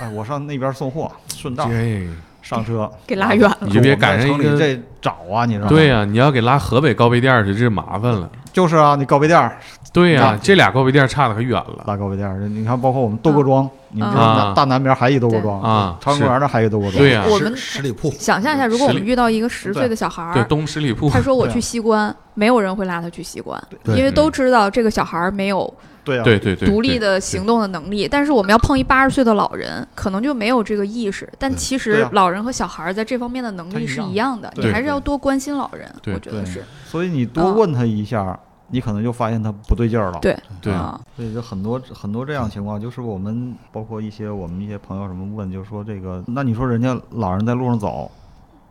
S3: 哎，我上那边送货，顺道
S1: 这
S3: 上车
S4: 给拉远了
S1: 你。就别赶上
S3: 城
S1: 一个
S3: 里这找啊，你知道吗？
S1: 对呀、你要给拉河北高碑店儿去，这麻烦了。
S3: 就是啊，你高碑店儿
S1: 对呀、
S3: 那
S1: 这俩高碑店儿差的可远了
S3: 拉高碑店儿，你看包括我们豆各庄，
S4: 嗯
S3: 你们知道
S1: 啊
S3: 南大南边还有豆各庄
S1: 啊
S3: 长公园那还有豆各庄，
S1: 对呀
S4: 我们
S2: 十里铺，
S4: 想象一下，如果我们
S1: 十
S4: 遇到一个十岁
S3: 对
S4: 的小孩儿，
S1: 对，东十里铺
S4: 他说我
S3: 对啊
S4: 去西关，没有人会拉他去西关，
S2: 对
S4: 因为都
S1: 嗯
S4: 知道这个小孩儿没有
S3: 对啊，
S1: 对对对，
S4: 独立
S1: 对
S4: 的行动的能力。但是我们要碰一八十岁的老人，可能就没有这个意识。但
S2: 对
S4: 其
S3: 对
S4: 实
S3: 啊
S4: 老人和小孩儿在这方面的能
S3: 他
S4: 力
S3: 一
S4: 是
S3: 样
S4: 一样的，
S3: 对
S4: 你还是
S3: 对
S4: 要多关心老人，
S1: 对
S4: 我觉得
S3: 对
S4: 是
S3: 所以你多问他一下，你可能就发现他不对劲儿了。
S4: 嗯对
S1: 对
S4: 啊，
S3: 所以就很多很多这样的情况，就是我们包括一些我们一些朋友什么问，就说这个，那你说人家老人在路上走，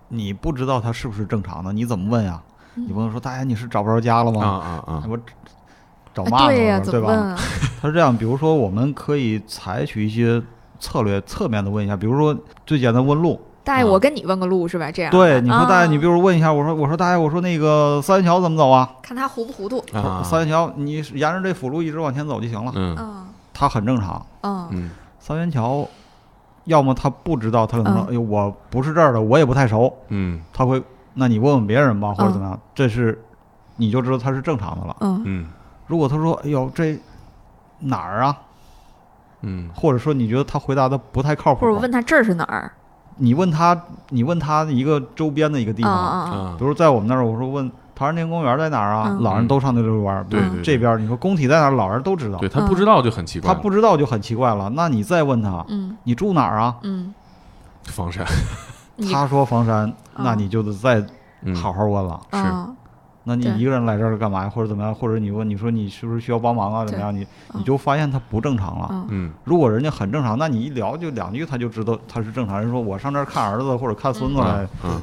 S3: 你不知道他是不是正常的，你怎么问呀？
S4: 嗯
S3: 你不能说大爷你是找不着家了
S1: 啊
S3: 吗？
S1: 啊啊
S3: 我找
S4: 啊
S3: 骂
S4: 对呀，
S3: 了，
S4: 怎
S3: 对
S4: 么问
S3: 吧？
S4: 啊？
S3: 他是这样，比如说我们可以采取一些策略，侧面的问一下，比如说最简单问路，
S4: 大爷，
S1: 啊
S4: 我跟你问个路是吧？这样
S3: 对，你说大爷，你比
S4: 如
S3: 如问一下，我说我说大爷，我说那个三元桥怎么走啊？
S4: 看他糊不糊涂，
S1: 啊！
S3: 三元桥，你沿着这辅路一直往前走就行了，
S1: 嗯
S4: 嗯
S3: 它很正常。
S4: 嗯
S1: 嗯
S3: 三元桥，要么他不知道，他可能说
S4: 嗯
S3: 哎呦我不是这儿的，我也不太熟，
S1: 嗯
S3: 他会，那你问问别人吧，或者
S4: 嗯
S3: 怎么样，这是你就知道他是正常的了。
S4: 嗯
S1: 嗯
S3: 如果他说哎呦这哪儿啊，
S1: 嗯
S3: 或者说你觉得他回答的不太靠谱，
S4: 或者我问他这儿是哪儿
S3: 你问他，你问他一个周边的一个地
S4: 啊
S3: 方，
S4: 啊啊，
S1: 啊
S3: 比，如在我们那儿，我说问唐人街公园在哪儿啊，
S4: 嗯
S3: 老人都上那遛遛弯儿。
S1: 对
S4: 嗯
S1: 对
S3: 这边儿你说工体在哪儿，老人都知道
S1: 对，他不知道就很奇怪
S3: 他
S1: 了，
S3: 不知道就很奇怪了。那你再问他，
S4: 嗯
S3: 你住哪儿啊？
S4: 嗯，
S1: 房山
S4: 你哦
S3: 他说房山，那你就得再
S1: 嗯
S3: 好好问了。
S1: 是
S4: 啊
S3: 那你
S4: 对
S3: 一个人来这儿干嘛呀？或者怎么样？或者你问你说你是不是需要帮忙
S4: 哦
S3: 啊？怎么样？你你就发现他不正常了。
S4: 啊
S1: 嗯
S3: 如果人家很正常，那你一聊就两句，他就知道他是正常人。说我上这儿看儿子或者看
S4: 嗯
S3: 孙子来，
S1: 啊啊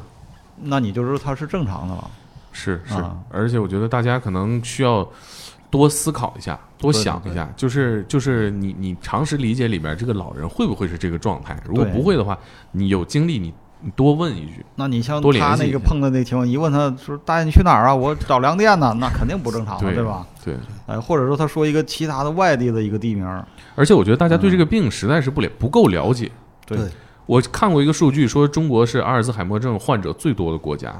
S3: 那你就知道他是正常的了。
S1: 是是
S3: 啊，
S1: 而且我觉得大家可能需要多思考一下，多
S3: 对
S1: 想一下，就是就是你你常识理解里边这个老人会不会是这个状态？如果
S3: 对
S1: 不会的话，你有精力你你多问一句，
S3: 那你像
S1: 多联
S3: 他
S1: 系
S3: 那
S1: 一
S3: 个
S1: 下
S3: 碰的那情况，一问他说：“大爷，你去哪儿啊？我找粮店呢。”那肯定不正常了，
S1: 对
S3: 对吧？？
S1: 对，
S3: 哎，或者说他说一个其他的外地的一个地名儿，
S1: 而且我觉得大家对这个病实在是不了不够了解。
S3: 嗯对
S2: 对
S1: 我看过一个数据，说中国是阿尔兹海默症患者最多的国家，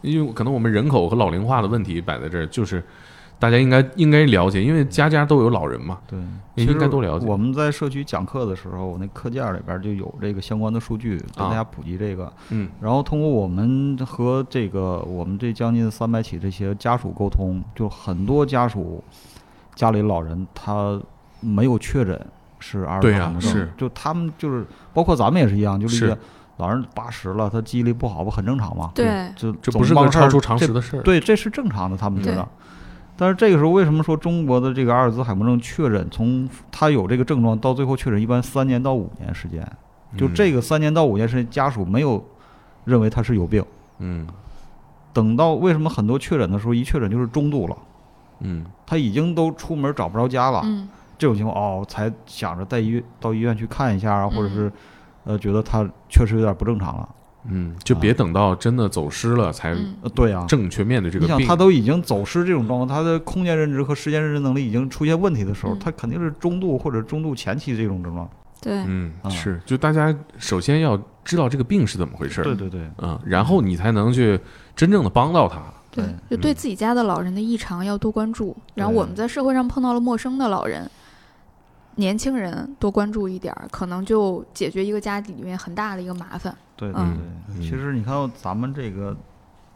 S1: 因为可能我们人口和老龄化的问题摆在这儿，就是大家应该应该了解，因为家家都有老人嘛，
S3: 对，
S1: 也
S3: 其实
S1: 应该多了解
S3: 我们在社区讲课的时候，我那课件儿里边儿就有这个相关的数据，跟大家普及这个。
S1: 啊嗯
S3: 然后通过我们和这个我们这将近三百起这些家属沟通，就很多家属家里老人他没有确诊是阿尔茨
S1: 对呀
S3: 海默
S1: 是
S3: 症，就他们就是包括咱们也是一样，就是理解老人八十了，他记忆力不好不很正常吗？
S4: 对
S3: 就
S1: 这
S3: 总
S1: 不是
S3: 忘
S1: 个
S3: 事儿
S1: 超出常
S3: 这
S1: 识的事儿。
S3: 对，这是正常的，他们觉
S4: 对
S3: 得。但是这个时候，为什么说中国的这个阿尔兹海默症确诊，从他有这个症状到最后确诊，一般三年到五年时间，就
S1: 嗯
S3: 这个三年到五年时间，家属没有认为他是有病。
S1: 嗯
S3: 等到为什么很多确诊的时候，一确诊就是中度了，
S1: 嗯
S3: 他已经都出门找不着家了，
S4: 嗯
S3: 这种情况哦，才想着带医到医院去看一下啊，或者
S4: 嗯
S3: 是呃觉得他确实有点不正常了。
S1: 嗯，就别等到真的走失了才
S4: 嗯
S3: 呃，对啊，
S1: 正确面对这
S3: 你
S1: 个
S3: 想，
S1: 病
S3: 他。都已经走失这种状况，他的空间认知和时间认知能力已经出现问题的时候，
S4: 嗯
S3: 他肯定是中度或者中度前期这种症状。
S4: 对
S1: 嗯，
S3: 啊
S1: 是，就大家首先要知道这个病是怎么回事儿，
S3: 对对，
S1: 嗯，然后你才能去真正的帮到他。
S4: 对嗯
S3: 对，
S4: 就对自己家的老人的异常要多关注。然后我们在社会上碰到了陌生的老人，年轻人多关注一点儿，可能就解决一个家里面很大的一个麻烦。
S3: 对对对。
S1: 嗯嗯
S3: 其实你看咱们这个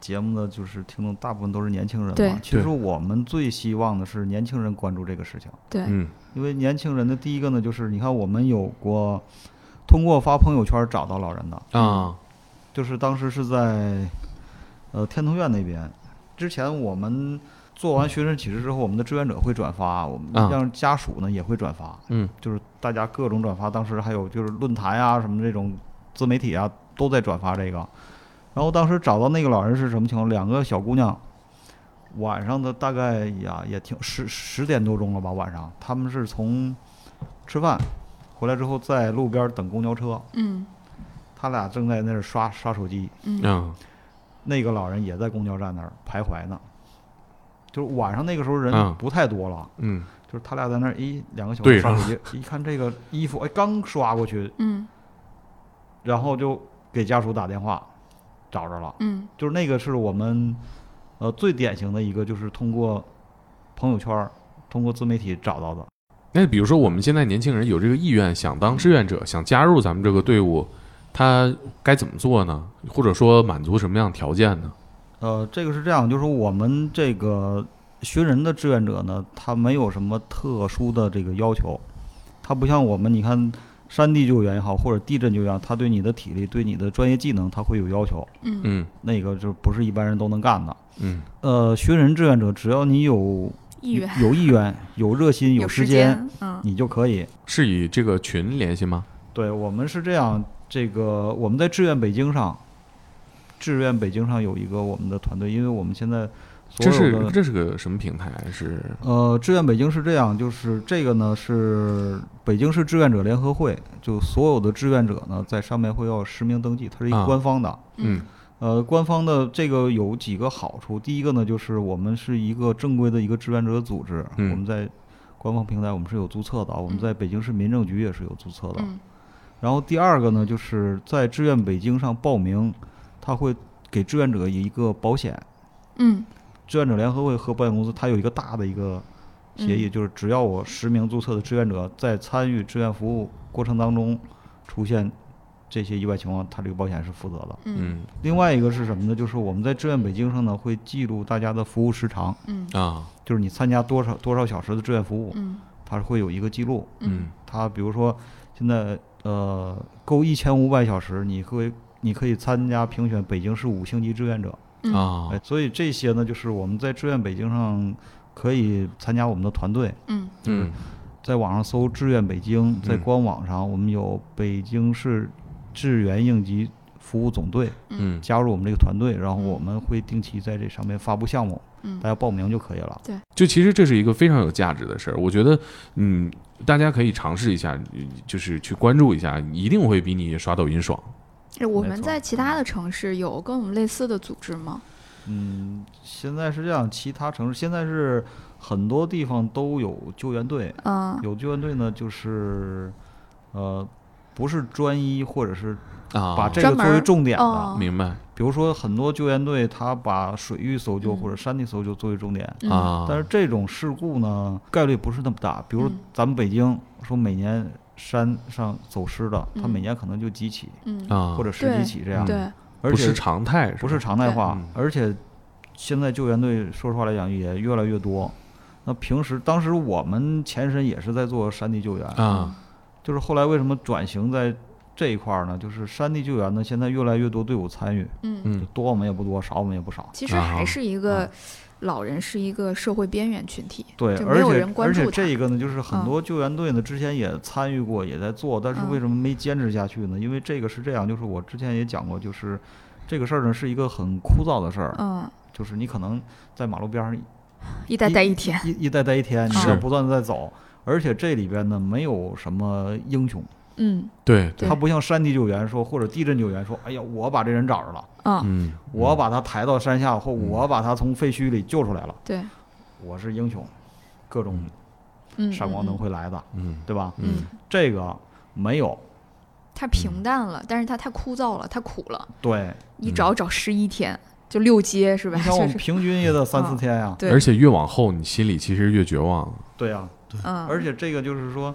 S3: 节目的就是听众大部分都是年轻人
S4: 对
S3: 嘛，其实
S1: 对
S3: 我们最希望的是年轻人关注这个事情，
S4: 对，
S1: 嗯
S3: 因为年轻人的第一个呢，就是你看我们有过通过发朋友圈找到老人的，
S1: 啊
S3: 就是当时是在呃天通苑那边。之前我们做完寻人启事之后，我们的志愿者会转发，我们
S6: 啊
S3: 让家属呢也会转发，
S6: 嗯，
S3: 就是大家各种转发。当时还有就是论坛啊什么这种自媒体啊都在转发这个。然后当时找到那个老人是什么情况？两个小姑娘，晚上的大概呀也挺十十点多钟了吧，晚上他们是从吃饭回来之后在路边等公交车，
S4: 嗯
S3: 他俩正在那儿刷刷手机，
S4: 嗯
S6: 嗯
S3: 那个老人也在公交站那儿徘徊呢。就是晚上那个时候
S6: 嗯
S3: 人不太多了，
S6: 嗯，
S3: 就是他俩在那儿一两个小
S6: 对
S3: 时
S6: 上
S3: 刷
S6: 了
S3: 手机，一看这个衣服，哎，刚刷过去，
S4: 嗯
S3: 然后就给家属打电话，找着了。
S4: 嗯
S3: 就是那个是我们呃最典型的一个，就是通过朋友圈儿、通过自媒体找到的。
S6: 那比如说我们现在年轻人有这个意愿，想当志愿者，想加入咱们这个队伍，他该怎么做呢？或者说满足什么样的条件呢？
S3: 呃，这个是这样，就是说我们这个寻人的志愿者呢，他没有什么特殊的这个要求，他不像我们，你看山地救援也好，或者地震救援，他对你的体力、对你的专业技能，他会有要求，
S4: 嗯
S6: 嗯
S3: 那个就不是一般人都能干的。
S6: 嗯
S3: 呃，寻人志愿者，只要你有
S4: 意愿
S3: 有意愿、有热 心、时
S4: 时间，嗯
S3: 你就可以。
S6: 是以这个群联系吗？
S3: 对我们是这样，这个我们在志愿北京上，志愿北京上有一个我们的团队，因为我们现在所
S6: 这
S3: 有
S6: 是
S3: 的
S6: 这是个什么平台？啊是
S3: 呃，志愿北京是这样，就是这个呢是北京市志愿者联合会，就所有的志愿者呢在上面会要实名登记，它是一
S6: 啊
S3: 个官方的。
S6: 嗯
S3: 呃，官方的这个有几个好处。第一个呢，就是我们是一个正规的一个志愿者组织，
S6: 嗯
S3: 我们在官方平台我们是有注册的，我们在北京市民政局也是有注册的。
S4: 嗯
S3: 然后第二个呢，就是在志愿北京上报名，他会给志愿者一个保险。
S4: 嗯
S3: 志愿者联合会和保险公司它有一个大的一个协议，
S4: 嗯
S3: 就是只要我十名注册的志愿者在参与志愿服务过程当中出现这些意外情况，他这个保险是负责的。
S4: 嗯
S6: 嗯
S3: 另外一个是什么呢？就是我们在志愿北京上呢，会记录大家的服务时长，
S4: 嗯
S6: 啊
S3: 就是你参加多少多少小时的志愿服务，
S4: 嗯
S3: 它是会有一个记录。
S6: 嗯
S3: 它比如说现在呃够一千五百小时，你会你可以参加评选北京市五星级志愿者。
S4: 嗯
S6: 啊
S3: 哎，所以这些呢，就是我们在志愿北京上可以参加我们的团队，
S4: 嗯
S6: 嗯
S3: 在网上搜“志愿北京”，在
S6: 嗯
S3: 官网上我们有北京市志愿应急服务总队。
S6: 嗯
S3: 加入我们这个团队，然后我们会定期在这上面发布项目，
S4: 嗯
S3: 大家报名就可以了。
S6: 就其实这是一个非常有价值的事儿，我觉得，嗯，大家可以尝试一下，呃就是去关注一下，一定会比你刷抖音爽。
S4: 哎我
S3: 没
S4: 们
S3: 错
S4: 在其他的城市有跟我们类似的组织吗？
S3: 嗯，现在是这样，其他城市现在是很多地方都有救援队，
S4: 嗯
S3: 有救援队呢，就是呃，不是专一或者是
S6: 啊
S3: 把这
S4: 专
S3: 个作
S4: 门
S3: 为
S4: 儿
S3: 重点的，
S4: 哦
S6: 明白
S3: 比如说很多救援队他把水域搜救
S4: 嗯
S3: 或者山地搜救作为重点。
S4: 嗯
S6: 啊，
S3: 但是这种事故呢，概率不是那么大。比如说
S4: 嗯
S3: 咱们北京说每年山上走失的，它每
S4: 嗯
S3: 年可能就几起，
S4: 嗯
S6: 啊，
S3: 或者十
S4: 对
S3: 几起这样，
S4: 对
S3: 而
S6: 不是
S3: 且
S6: 常态，
S3: 不是
S6: 吧
S3: 常态化
S6: 对嗯，
S3: 而且现在救援队说实话来讲也越来越多。那平时当时我们前身也是在做山地救援，
S4: 嗯
S6: 啊，
S3: 就是后来为什么转型在这一块儿呢？就是山地救援呢，现在越来越多队伍参与，
S4: 嗯
S6: 嗯
S3: 多我们也不多，少我们也不少。
S4: 其实
S6: 啊
S4: 还是一个、老人是一个社会边缘群体，
S3: 对，
S4: 就没
S3: 而
S4: 有
S3: 且
S4: 人关
S3: 而且
S4: 注
S3: 这
S4: 他。
S3: 一个呢，就是很
S4: 嗯
S3: 多救援队呢之前也参与过，也在做，但是
S4: 嗯
S3: 为什么没坚持下去呢？因为这个是这样，就是我之前也讲过，就是这个事儿呢是一个很枯燥的事儿，
S4: 嗯，
S3: 就是你可能在马路边上
S4: 一待待一天。
S3: 一一代代一天，你
S4: 是
S3: 要不断的在走，而且这里边呢没有什么英雄，
S4: 嗯
S6: 对，
S4: 对
S3: 他不像山地救援说或者地震救援说，哎呀，我把这人找着了，
S4: 啊，
S6: 嗯，
S3: 我把他抬到山下或
S4: 嗯
S3: 我把他从废墟里救出来了，
S4: 对，
S3: 我是英雄，各种
S4: 嗯，
S3: 闪光灯会来的，
S6: 嗯
S3: 对吧？
S4: 嗯。
S6: 嗯
S4: 嗯，
S3: 这个没有，
S4: 太平淡了，但是它太枯燥了，太苦了，
S3: 对，
S4: 一
S6: 嗯
S4: 找找十一天，就六阶是吧？
S3: 你像我
S4: 就
S3: 们
S4: 是
S3: 平均也得三四
S4: 嗯
S3: 天呀，
S4: 对，
S6: 而且越往后，你心里其实越绝望。
S3: 对呀，
S4: 嗯，
S3: 而且这个就是说，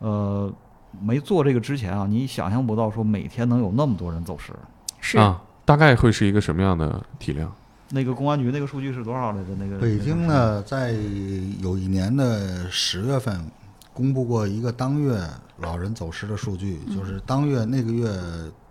S3: 呃。没做这个之前啊，你想象不到说每天能有那么多人走失。
S4: 是
S6: 啊，大概会是一个什么样的体量？
S3: 那个公安局那个数据是多少来着？那个
S2: 北京呢，在有一年的十月份，公布过一个当月老人走失的数据，
S4: 嗯
S2: 就是当月那个月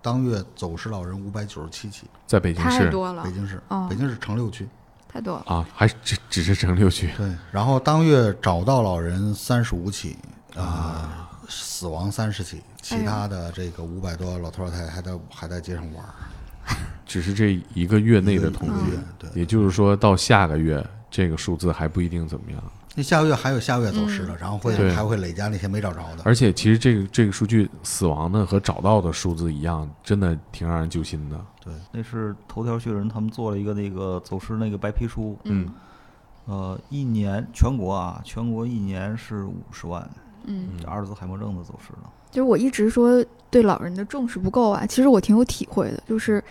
S2: 当月走失老人五百九十七起，
S6: 在北京
S4: 太
S6: 市，
S4: 多了
S2: 北，京市
S4: 哦，
S2: 北京市城六区，
S4: 太多了。
S1: 啊，还是只只是城六区
S2: 对，然后当月找到老人三十五起啊、死亡三十起，
S4: 哎
S2: 其
S4: 呦
S2: 他的这个五百多老头老太太还在还在街上玩儿。
S1: 只是这一个月内的统
S2: 一个
S4: 嗯
S1: 计
S2: 月，对
S1: 也就是说到下个月这个数字还不一定怎么样。
S2: 那下个月还有下个月走失
S4: 嗯
S2: 的，然后会
S1: 对
S2: 还会累加那些没找着的。
S1: 而且其实这个这个数据死亡的和找到的数字一样，真的挺让人揪心的。
S3: 那是头条巨人他们做了一个那个走失那个白皮书，
S4: 嗯
S3: 呃，一年全国啊，全国一年是五十万
S4: 嗯，
S1: 啊
S3: 这阿尔兹海默症的走失的。
S4: 就是我一直说对老人的重视不够啊，其实我挺有体会的，就是。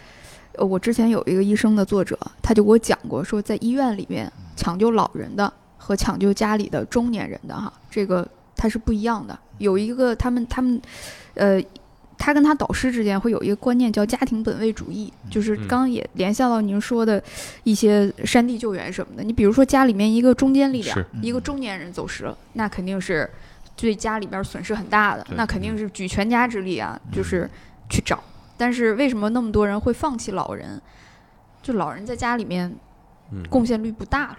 S4: 呃，我之前有一个医生的作者，他就给我讲过，说在医院里面
S1: 嗯
S4: 抢救老人的和抢救家里的中年人的哈，这个它是不一样的。有一个他们他们，呃，他跟他导师之间会有一个观念叫家庭本位主义，就是
S1: 嗯
S4: 刚刚也联想到您说的一些山地救援什么的。你比如说家里面一个中坚力量
S1: 是，
S4: 一个中年人走失了，那肯定是对家里边损失很大的，
S1: 对嗯
S4: 那肯定是举全家之力啊，就是去找。但是为什么那么多人会放弃老人？就老人在家里面
S1: 嗯，
S4: 贡献率不大了。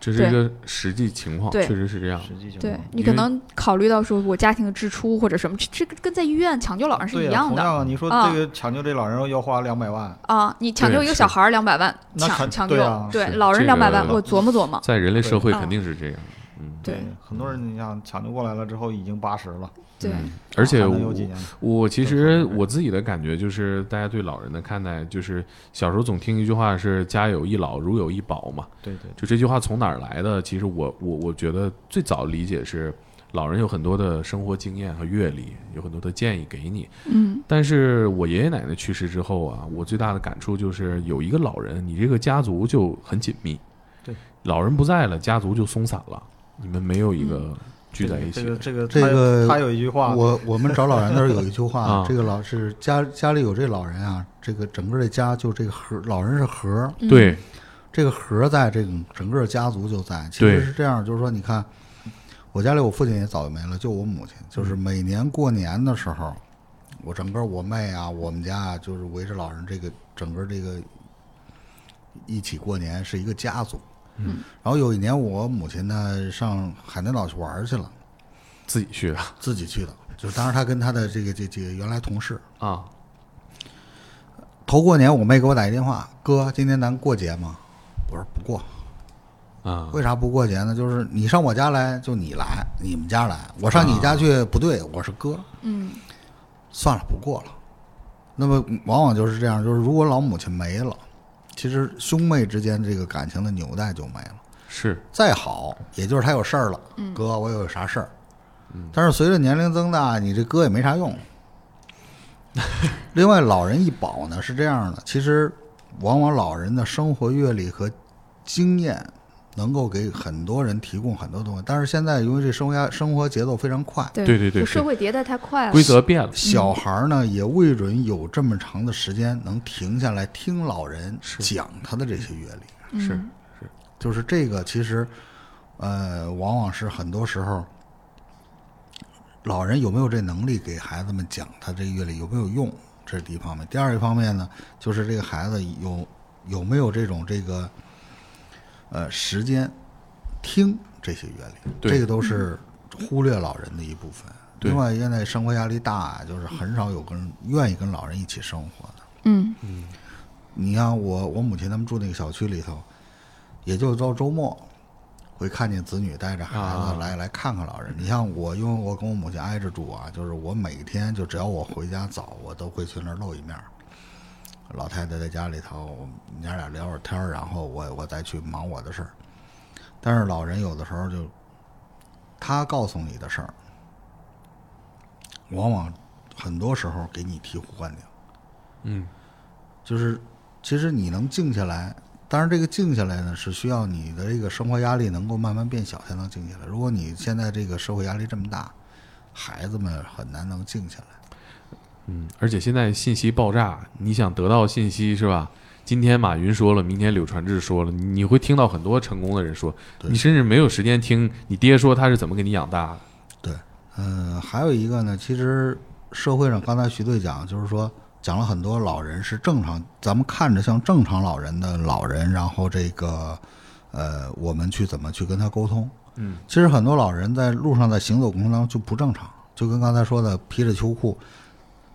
S1: 这是一个实际情况，
S4: 对
S1: 确实是这样。
S3: 实际情
S4: 啊对
S3: 况
S4: 你
S1: 因
S4: 可
S1: 为
S4: 能考虑到说我家庭的支出或者什么，这这个跟在医院抢救老人是
S3: 对
S4: 一
S3: 呀
S4: 样
S3: 同
S4: 的
S3: 样啊，你说
S4: 啊
S3: 这个抢救这老人要花两百万，
S4: 啊。你抢救一个
S1: 是
S4: 小孩儿两百万，
S3: 那
S4: 抢
S3: 肯
S4: 抢救
S3: 对啊
S4: 对
S1: 是
S4: 老人
S1: 这
S4: 两百万，
S1: 个
S4: 我琢磨琢磨。
S1: 在人类社会
S4: 对啊
S1: 肯定是这样。嗯，
S4: 对
S3: 很多人你想抢救过来了之后已经八十了，
S4: 对，
S1: 嗯 而且
S3: 还
S1: 我
S3: 能有几年？
S1: 我其
S3: 更好
S1: 实
S3: 的人
S1: 我自己的感觉就是，大家对老人的看待，就是小时候总听一句话是“家有一老，如有一宝”嘛。
S3: 对对对，
S1: 就这句话从哪儿来的？其实我我我觉得最早理解是，老人有很多的生活经验和阅历，有很多的建议给你。
S4: 嗯
S1: 但是我爷爷奶奶去世之后啊，我最大的感触就是，有一个老人，你这个家族就很紧密。
S3: 对，
S1: 老人不在了，家族就松散了，你们没有一个聚在一起
S3: 嗯这
S1: 的。
S3: 个这个
S2: 这个
S3: 他他有一句话，
S2: 我我们找老人的时候有一句
S1: 啊
S2: 话，这个老是家家里有这老人啊，这个整个这家就这个核，老人是核，
S4: 嗯
S1: 对，
S2: 这个核在这个整个家族就在。其
S1: 对
S2: 实是这样，就是说你看，我家里我父亲也早就没了，就我母亲，就是每年过年的时候，我整个我妹啊，我们家啊，就是围着老人这个整个这个一起过年，是一个家族。
S4: 嗯，
S2: 然后有一年我母亲呢上海南岛去玩去了，
S1: 自己去的啊
S2: 自己去的，就是当时她跟她的这个这这个原来同事。
S1: 啊。
S2: 头过年我妹给我打一电话，哥，今天咱过节吗？我说不过。
S1: 啊，
S2: 为啥不过节呢？就是你上我家来，就你来，你们家来，我上你家去、不对，我是哥，
S4: 嗯
S2: 算了，不过了。那么往往就是这样，就是如果老母亲没了，其实兄妹之间这个感情的纽带就没了。
S1: 是
S2: 再好，也就是他有事儿了，哥，我有啥事儿。但是随着年龄增大，你这哥也没啥用。另外，老人一保呢是这样的，其实往往老人的生活阅历和经验能够给很多人提供很多东西，但是现在由于这生活压生活节奏非常快，
S4: 对
S1: 对对对
S4: 就是社会迭代太
S2: 啊
S4: 快了。
S1: 规则变了，
S2: 小孩儿呢也未准有这么长的时间能停下来听老人
S1: 是
S2: 讲他的这些阅历。
S4: 嗯
S1: 是
S2: 就是这个，其实，呃，往往是很多时候，老人有没有这能力给孩子们讲他这个阅历有没有用，这是第一方面。第二一方面呢，就是这个孩子有有没有这种这个，呃，时间听这些阅历，
S1: 对
S2: 这个都是忽略老人的一部分。
S1: 对
S2: 另外，现在生活压力大，就是很少有跟愿意跟老人一起生活的。
S4: 嗯
S2: 你看我我母亲他们住那个小区里头，也就到周末会看见子女带着孩
S1: 啊
S2: 子来、来看看老人。你像我，因为我跟我母亲挨着住啊，就是我每天就只要我回家早，我都会去那儿露一面儿。老太太在家里头，我们娘俩聊会儿天儿，然后我我再去忙我的事儿。但是老人有的时候就，他告诉你的事儿，往往很多时候给你醍醐灌顶。
S1: 嗯，
S2: 就是其实你能静下来，当然这个静下来呢是需要你的这个生活压力能够慢慢变小才能静下来。如果你现在这个社会压力这么大，孩子们很难能静下来。
S1: 嗯，而且现在信息爆炸，你想得到信息是吧？今天马云说了，明天柳传志说了，你你会听到很多成功的人说，
S2: 对
S1: 你甚至没有时间听你爹说他是怎么给你养大的。
S2: 呃嗯，还有一个呢，其实社会上刚才徐队讲，就是说讲了很多老人是正常，咱们看着像正常老人的老人，然后这个呃，我们去怎么去跟他沟通？
S6: 嗯，
S2: 其实很多老人在路上在行走过程当中就不正常，就跟刚才说的披着秋裤，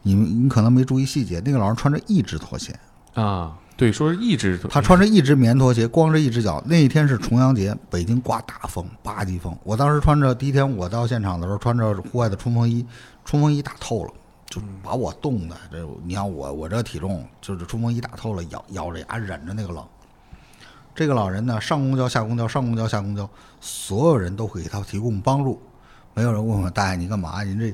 S2: 你你可能没注意细节，那个老人穿着一只拖鞋，
S6: 啊，对，说是一直
S2: 他穿着一只棉拖鞋，光着一只脚。那一天是重阳节，北京刮大风，八级风。我当时穿着第一天我到现场的时候，穿着户外的冲锋衣，冲锋衣打透了，
S6: 嗯
S2: 就把我冻的。这你看我我这体重，就是冲锋衣打透了，咬咬着牙忍着那个冷。这个老人呢，上公交下公交，上公交下公交，所有人都会给他提供帮助，没有人问我大爷你干嘛？您这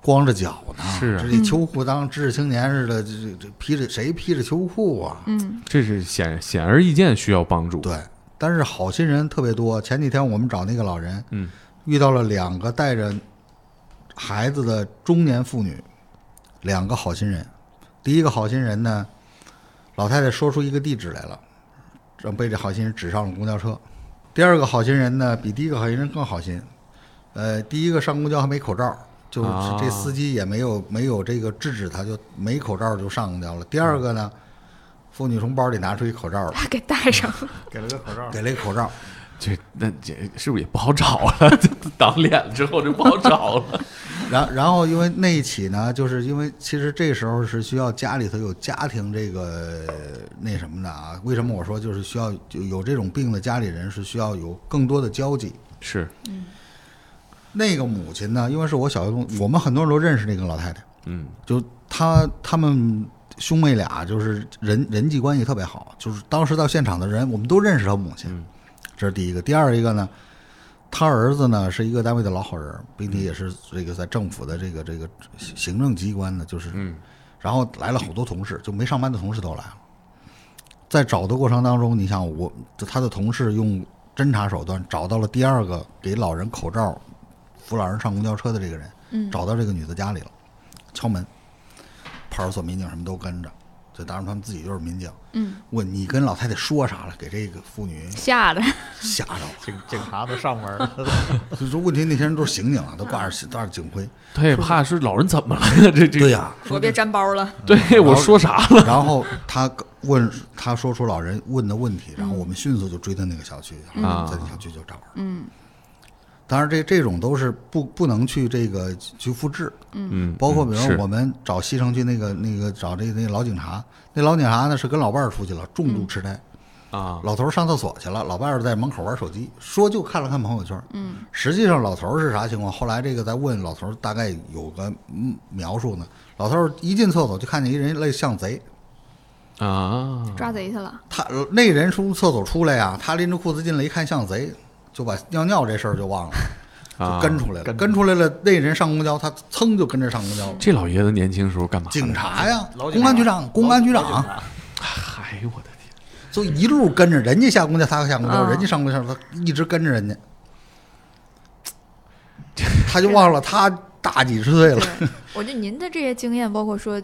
S2: 光着脚呢？
S6: 是啊
S2: 这这秋裤当知识青年似的，这这这披着谁披着秋裤啊？
S4: 嗯，
S6: 这是显显而易见需要帮助。
S2: 对，但是好心人特别多。前几天我们找那个老人，
S6: 嗯，
S2: 遇到了两个带着孩子的中年妇女，两个好心人。第一个好心人呢，老太太说出一个地址来了，这被这好心人指上了公交车。第二个好心人呢，比第一个好心人更好心。呃，第一个上公交还没口罩，就是
S6: 啊
S2: 这司机也没有、没有这个制止他，就没口罩就上公交了。第二个呢，妇女从包里拿出一口罩来，
S4: 他给戴上
S1: 嗯
S4: 了。
S3: 给了个口罩，
S2: 给了一口罩。
S6: 这那这是不是也不好找 了？这挡脸了之后就不好找 了。
S2: 然然后，因为那一起呢，就是因为其实这时候是需要家里头有家庭这个那什么的啊。为什么我说就是需要就有这种病的家里人是需要有更多的交际？
S6: 是，
S2: 那个母亲呢，因为是我小学同，我们很多人都认识那个老太太，
S6: 嗯，
S2: 就她他们兄妹俩就是人人际关系特别好，就是当时到现场的人我们都认识她母亲，这是第一个。第二一个呢，他儿子呢是一个单位的老好人，并
S4: 嗯
S2: 且也是这个在政府的这个这个行政机关的，就是，
S4: 嗯
S2: 然后来了好多同事，就没上班的同事都来了。在找的过程当中，你想我他的同事用侦查手段找到了第二个给老人口罩扶老人上公交车的这个人，
S4: 嗯
S2: 找到这个女的家里了，敲门，派出所民警什么都跟着，这当然他们自己就是民警，
S4: 嗯，
S2: 问你跟老太太说啥了，给这个妇女
S4: 吓的，
S2: 吓着了。
S3: 警警察都上门了，
S2: 就说问题那些人都是刑警啊，都挂着挂着警徽。
S6: 他也怕是老人怎么了呀？ 这这
S2: 对呀、
S4: 我别粘包
S1: 嗯
S4: 了。
S6: 对我说啥了？
S2: 然后他问他说出老人问的问题，然后我们迅速就追到那个小区，然后在那小区就找着。嗯，当然这这种都是不不能去这个去复制，
S6: 嗯，
S2: 包括比如
S6: 嗯
S2: 说
S6: 是
S2: 我们找西城区那个那个找这那老警察，那老警察呢是跟老伴儿出去了，重度痴呆。
S6: 啊，
S2: 老头儿上厕所去了，老伴儿在门口玩手机，说就看了看朋友圈。嗯，实际上老头儿是啥情况？后来这个在问老头儿，大概有个嗯描述呢。老头儿一进厕所就看见一人类像贼，
S6: 啊，
S4: 抓贼去了，
S2: 他那人从厕所出来啊，他拎着裤子进来一看像贼，就把尿尿这事儿就忘了，
S6: 啊
S2: 就跟出来了。
S3: 跟
S2: 跟出来了，那人上公交，他噌就跟着上公
S1: 嗯
S2: 交了。
S6: 这老爷子年轻时候干嘛？
S2: 警，察呀，
S3: 老警察
S2: 公安局长，公安局长，
S6: 嗨，哎我的天，
S2: 就一路跟着人家下公交，他下公交，
S4: 啊
S2: 人家上公交，他一直跟着人家， 他就忘了他大几十岁了。
S4: 对，我觉得您的这些经验，包括说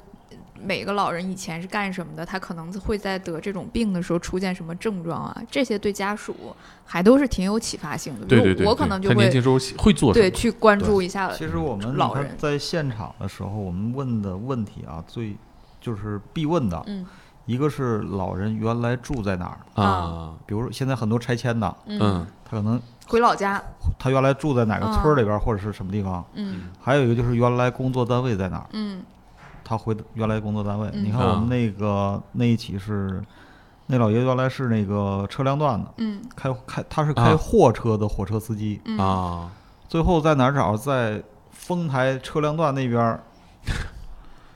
S4: 每个老人以前是干什么的，他可能会在得这种病的时候出现什么症状啊，这些对家属还都是挺有启发性的。
S6: 对
S4: 比
S6: 对
S4: 如
S6: 对，
S4: 我可能
S6: 对
S4: 就
S6: 他年轻
S4: 会
S6: 时候会做什
S4: 对
S6: 么？
S4: 去关注一下
S3: 其实我们
S4: 老人
S3: 在现场的时候，我们问的问题啊，最就是必问的，
S4: 嗯
S3: 一个是老人原来住在哪儿，
S6: 啊，
S3: 比如说现在很多拆迁的，
S6: 嗯，
S3: 他可能
S4: 回老家，
S3: 他原来住在哪个村
S1: 嗯
S3: 儿里边儿或者是什么地方，
S4: 嗯
S3: 还有一个就是原来工作单位在哪儿，
S4: 嗯
S3: 他回的原来工作单位。
S4: 嗯
S3: 你看我
S6: 啊
S3: 们那个那一起是，那老爷子原来是那个车辆段的，
S4: 嗯
S3: 开开他是
S6: 啊
S3: 开货车的火车司机，
S4: 嗯
S6: 啊，
S3: 最后在哪儿找？在丰台车辆段那边儿，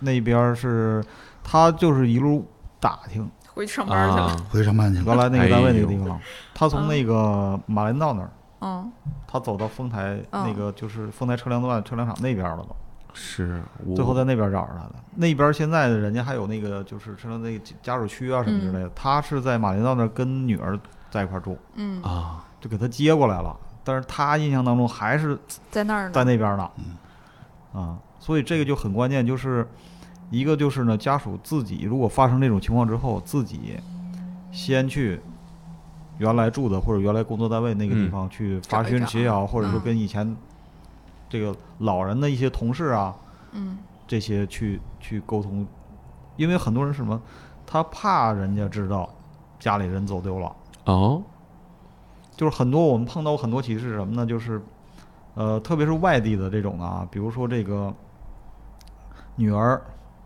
S3: 那边儿是他就是一路打听
S4: 回去上班去了，
S6: 啊，
S2: 回上班去了，
S3: 原来那个单位那个
S6: 哎
S3: 地
S6: 呦
S3: 方，他从那个马连道那儿，
S6: 啊
S4: 嗯
S3: 他走到丰台
S4: 嗯
S3: 那个就是丰台车辆段车辆厂那边儿了都，
S6: 是，
S1: 嗯
S3: 最后
S6: 我
S3: 在那边儿找着他的。那边儿现在人家还有那个就是车辆那个家属区啊什么之类的，他是在马连道那儿跟女儿在一块儿住，
S4: 嗯，
S6: 啊，
S3: 就给他接过来了。但是他印象当中还是
S4: 在那儿呢
S3: 在，那边呢。啊，所以这个就很关键，就是一个就是呢，家属自己如果发生这种情况之后，自己先去原来住的或者原来工作单位那个地
S6: 嗯
S3: 方去
S4: 找
S3: 发
S4: 一
S3: 群
S4: 找
S3: 协调，或者说
S4: 嗯
S3: 跟以前这个老人的一些同事啊
S4: 嗯
S3: 这些去去沟通因为很多人是什么，他怕人家知道家里人走丢了，
S6: 哦，
S3: 就是很多我们碰到过很多歧视是什么呢？就是，呃，特别是外地的这种的啊，比如说这个女儿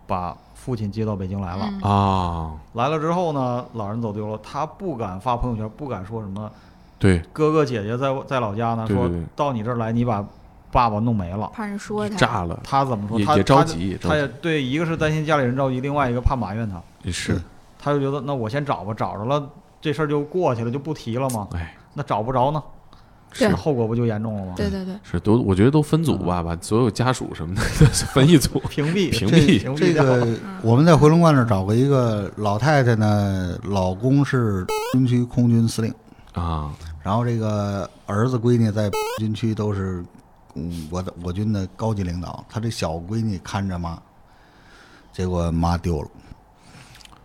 S3: 把父亲接到北京来了，
S4: 嗯
S6: 啊，
S3: 来了之后呢，老人走丢了，他不敢发朋友圈，不敢说什么
S6: 对，
S3: 哥哥姐姐在我在老家呢，
S6: 对对
S3: 说
S6: 对
S3: 到你这儿来，你把爸爸弄没了，
S4: 怕人说他
S6: 炸了，
S3: 他怎么说？
S6: 也
S3: 他
S6: 也着急也
S3: 他他
S6: 着
S3: 也对，一个是担心家里人着急，另外一个怕埋怨他，
S6: 也是，
S3: 他就觉得那我先找吧，找着了这事儿就过去了，就不提了嘛。
S6: 哎，
S3: 那找不着呢，
S4: 对
S6: 是
S3: 后果不就严重了吗？
S4: 对对对，
S6: 是都，我觉得都分组
S2: 嗯
S6: 吧，把所有家属什么的 分一组，
S3: 屏蔽
S6: 屏
S3: 这
S6: 蔽
S3: 屏
S2: 这
S3: 蔽掉
S2: 个
S4: 嗯
S2: 我们在回龙观那儿找过一个老太太呢，老公是军区空军司令，
S6: 啊，
S2: 然后这个儿子闺女在军区都是，嗯，我的我军的高级领导，他这小闺女看着妈，结果妈丢了，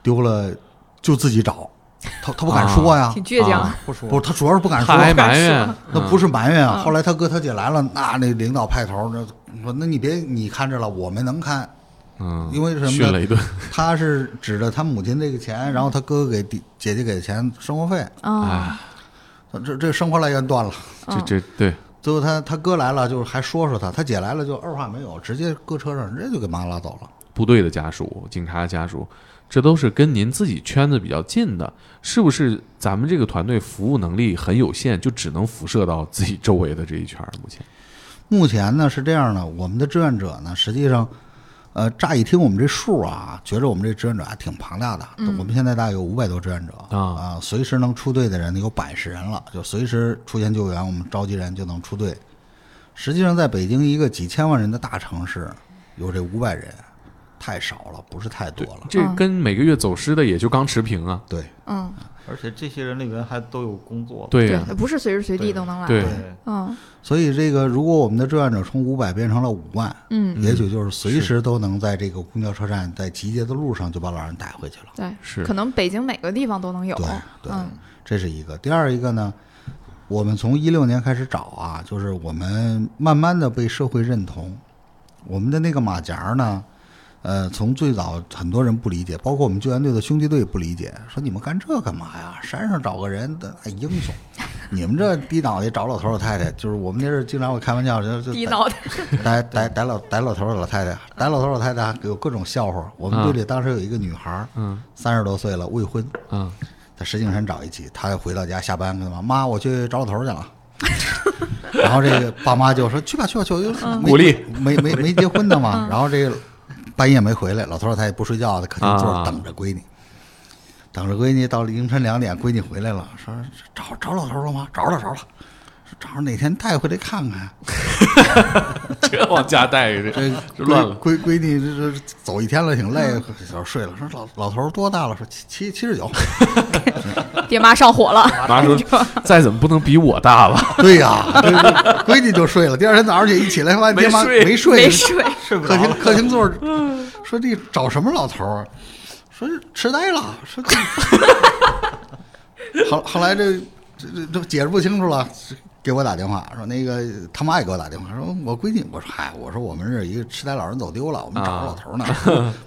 S2: 丢了就自己找，他他不敢说呀，
S4: 挺倔强。
S6: 啊
S3: 不说
S2: 不，他主要是不哎敢说
S6: 他，还埋怨，
S2: 那不
S6: 是
S2: 是埋怨啊。
S4: 嗯
S2: 后来他哥他姐来了，那那领导派头那说，那你别你看着了，我们能看，
S6: 嗯，
S2: 因为什么呢
S6: 训了一顿，
S2: 他是指着他母亲这个钱，然后他哥哥给弟姐姐给钱生活费，
S4: 啊
S6: 哎，，
S2: 这这生活来源断了。
S4: 嗯
S6: 这这对，
S2: 最后他他哥来了，就是还说说他，他姐来了就二话没有，直接搁车上直接就给妈拉走了。
S6: 部队的家属、警察的家属，这都是跟您自己圈子比较近的，是不是？咱们这个团队服务能力很有限，就只能辐射到自己周围的这一圈儿。目前，
S2: 目前呢是这样的，我们的志愿者呢，实际上，呃，乍一听我们这数啊，觉着我们这志愿者还挺庞大的。
S4: 嗯
S2: 我们现在大概有五百多志愿者
S6: 啊
S2: 随时能出队的人有百十人了，就随时出现救援，我们召集人就能出队。实际上，在北京一个几千万人的大城市，有这五百人，太少了，不是太多了。
S6: 这
S4: 嗯
S6: 跟每个月走失的也就刚持平啊。
S2: 对，
S4: 嗯，
S3: 而且这些人里边还都有工作。
S6: 对
S4: 对
S6: 呀、，
S4: 不是随时随地都能来。
S6: 对
S4: 嗯
S2: 所以这个如果我们的志愿者从五百变成了五万，
S4: 嗯，
S2: 也许就是随时都能在这个公交车站，在集结的路上就把老人带回去了。
S4: 对，
S6: 是
S4: 可能北京每个地方都能有。
S2: 对对
S4: 嗯，
S2: 这是一个。第二一个呢，我们从一六年开始找啊，就是我们慢慢的被社会认同，我们的那个马甲呢，呃，从最早很多人不理解，包括我们救援队的兄弟队也不理解，说你们干这干嘛呀？山上找个人的、哎、英雄， 你们这低脑袋找老头老太太，就是我们那是经常会开玩笑，就就
S4: 低脑袋。
S2: 逮逮逮老逮老头儿老太太，逮老头儿老太太有各种笑话。我们队里当时有一个女孩儿，
S6: 啊嗯
S2: 三十多岁了，未婚，
S6: 嗯，
S2: 在石景山找一起，她回到家下班跟她妈妈，我去找老头儿去 了。然后这个爸妈就说去吧去吧去吧，就是没
S6: 嗯鼓励嗯
S2: 没没没结婚的嘛。然后这个半夜没回来，老头儿老太太不睡觉，在客厅坐
S6: 啊
S2: 着等着闺女。等着闺女到凌晨两点，闺女回来了，说找找老头儿了吗？找了找了，说找着哪天带回来看啊看。
S6: 这往家带着
S2: 这
S6: 这乱了
S2: 闺闺女这这走一天了，挺累，小睡了。说老老头儿多大了？说七七七十九。
S4: 爹妈上火了。
S6: 妈说，再怎么不能比我大 吧？
S2: 对呀、这这闺女就睡了。第二天早上起一起来，发现爹妈
S6: 没睡
S2: 没睡，
S4: 没睡，
S3: 睡不着
S2: 客。厅客厅座儿，说这找什么老头儿？啊说是痴呆了，说 这。后后来这这这这解释不清楚了，给我打电话说那个他妈也给我打电话说，我闺女我说嗨，我说我们这儿一个痴呆老人走丢了，我们找着老头儿呢，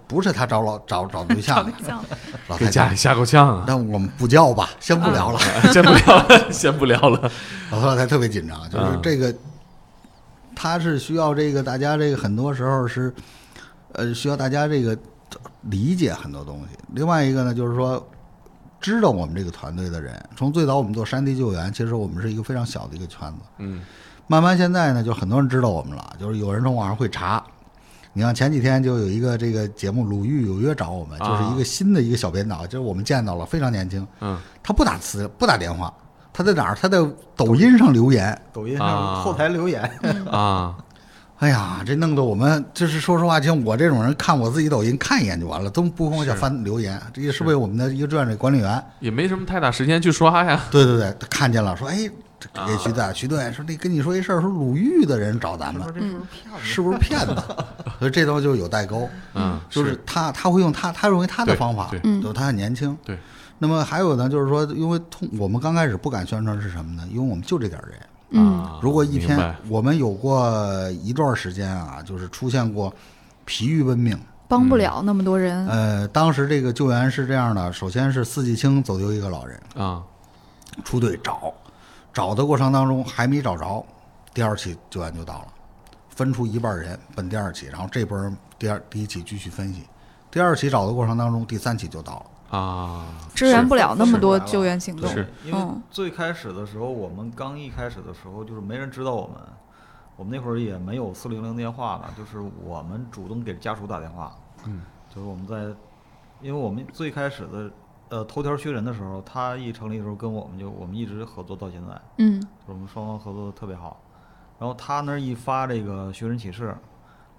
S2: 不是他找老找啊 找对象去，老
S6: 给
S2: 太
S6: 家
S2: 太
S6: 里吓够呛啊！
S2: 但我们不叫吧，先不聊了。
S6: 先不聊了， 先不聊了。
S2: 老头老太太特别紧张，就是这个，他是需要这个大家这个很多时候是，呃，需要大家这个理解很多东西。另外一个呢，就是说。知道我们这个团队的人，从最早我们做山地救援，其实我们是一个非常小的一个圈子。
S6: 嗯，
S2: 慢慢现在呢，就很多人知道我们了，就是有人从网上会查。你像前几天就有一个这个节目《鲁豫有约》找我们，就是一个新的一个小编导，就是我们见到了，非常年轻。
S6: 嗯，
S2: 他不打词，不打电话，他在哪儿？他在抖音上留言。
S3: 抖音
S6: 啊
S3: 上后台留 言，
S6: 啊，
S2: 哎呀，这弄得我们就是说实话，像我这种人看我自己抖音看一眼就完了，都不光想翻留言。这也是为我们的一个志愿者管理员，
S6: 也没什么太大时间去刷呀。
S2: 对对对，他看见了，说哎，这
S6: 啊
S2: 给徐队，徐队说那跟你说一事儿，说鲁豫的人找
S3: 嗯
S2: 咱们， 是不是骗子？所以这东西就有代沟，
S6: 嗯，
S2: 就是他他会用他他认为他的
S6: 对
S2: 方法
S6: 对，
S4: 嗯
S2: 就他很年轻。
S6: 对，
S2: 那么还有呢，就是说，因为通我们刚开始不敢宣传是什么呢？因为我们就这点儿人，
S1: 啊
S4: 嗯，
S2: 如果一
S6: 啊明
S2: 天
S6: 白
S2: 我们有过一段时间啊，就是出现过疲于奔命，
S4: 帮不了那么多人。
S2: 呃，当时这个救援是这样的：首先是四季青走丢一个老人，
S6: 啊，
S2: 出队找，找的过程当中还没找着，第二起救援就到了，分出一半人奔第二起，然后这波人第二第一起继续分析，第二起找的过程当中，第三起就到了。
S6: 啊，
S4: 支援不了那么多
S3: 是
S4: 救援行动。
S6: 是
S3: 因为
S4: 嗯
S3: 最开始的时候，我们刚一开始的时候，就是没人知道我们，我们那会儿也没有四零零电话了，就是我们主动给家属打电话，
S6: 嗯，
S3: 就是我们在，因为我们最开始的呃头条薛仁的时候，他一成立的时候跟我们就我们一直合作到现在，
S4: 嗯
S3: 就是我们双方合作的特别好。然后他那儿一发这个寻人启事，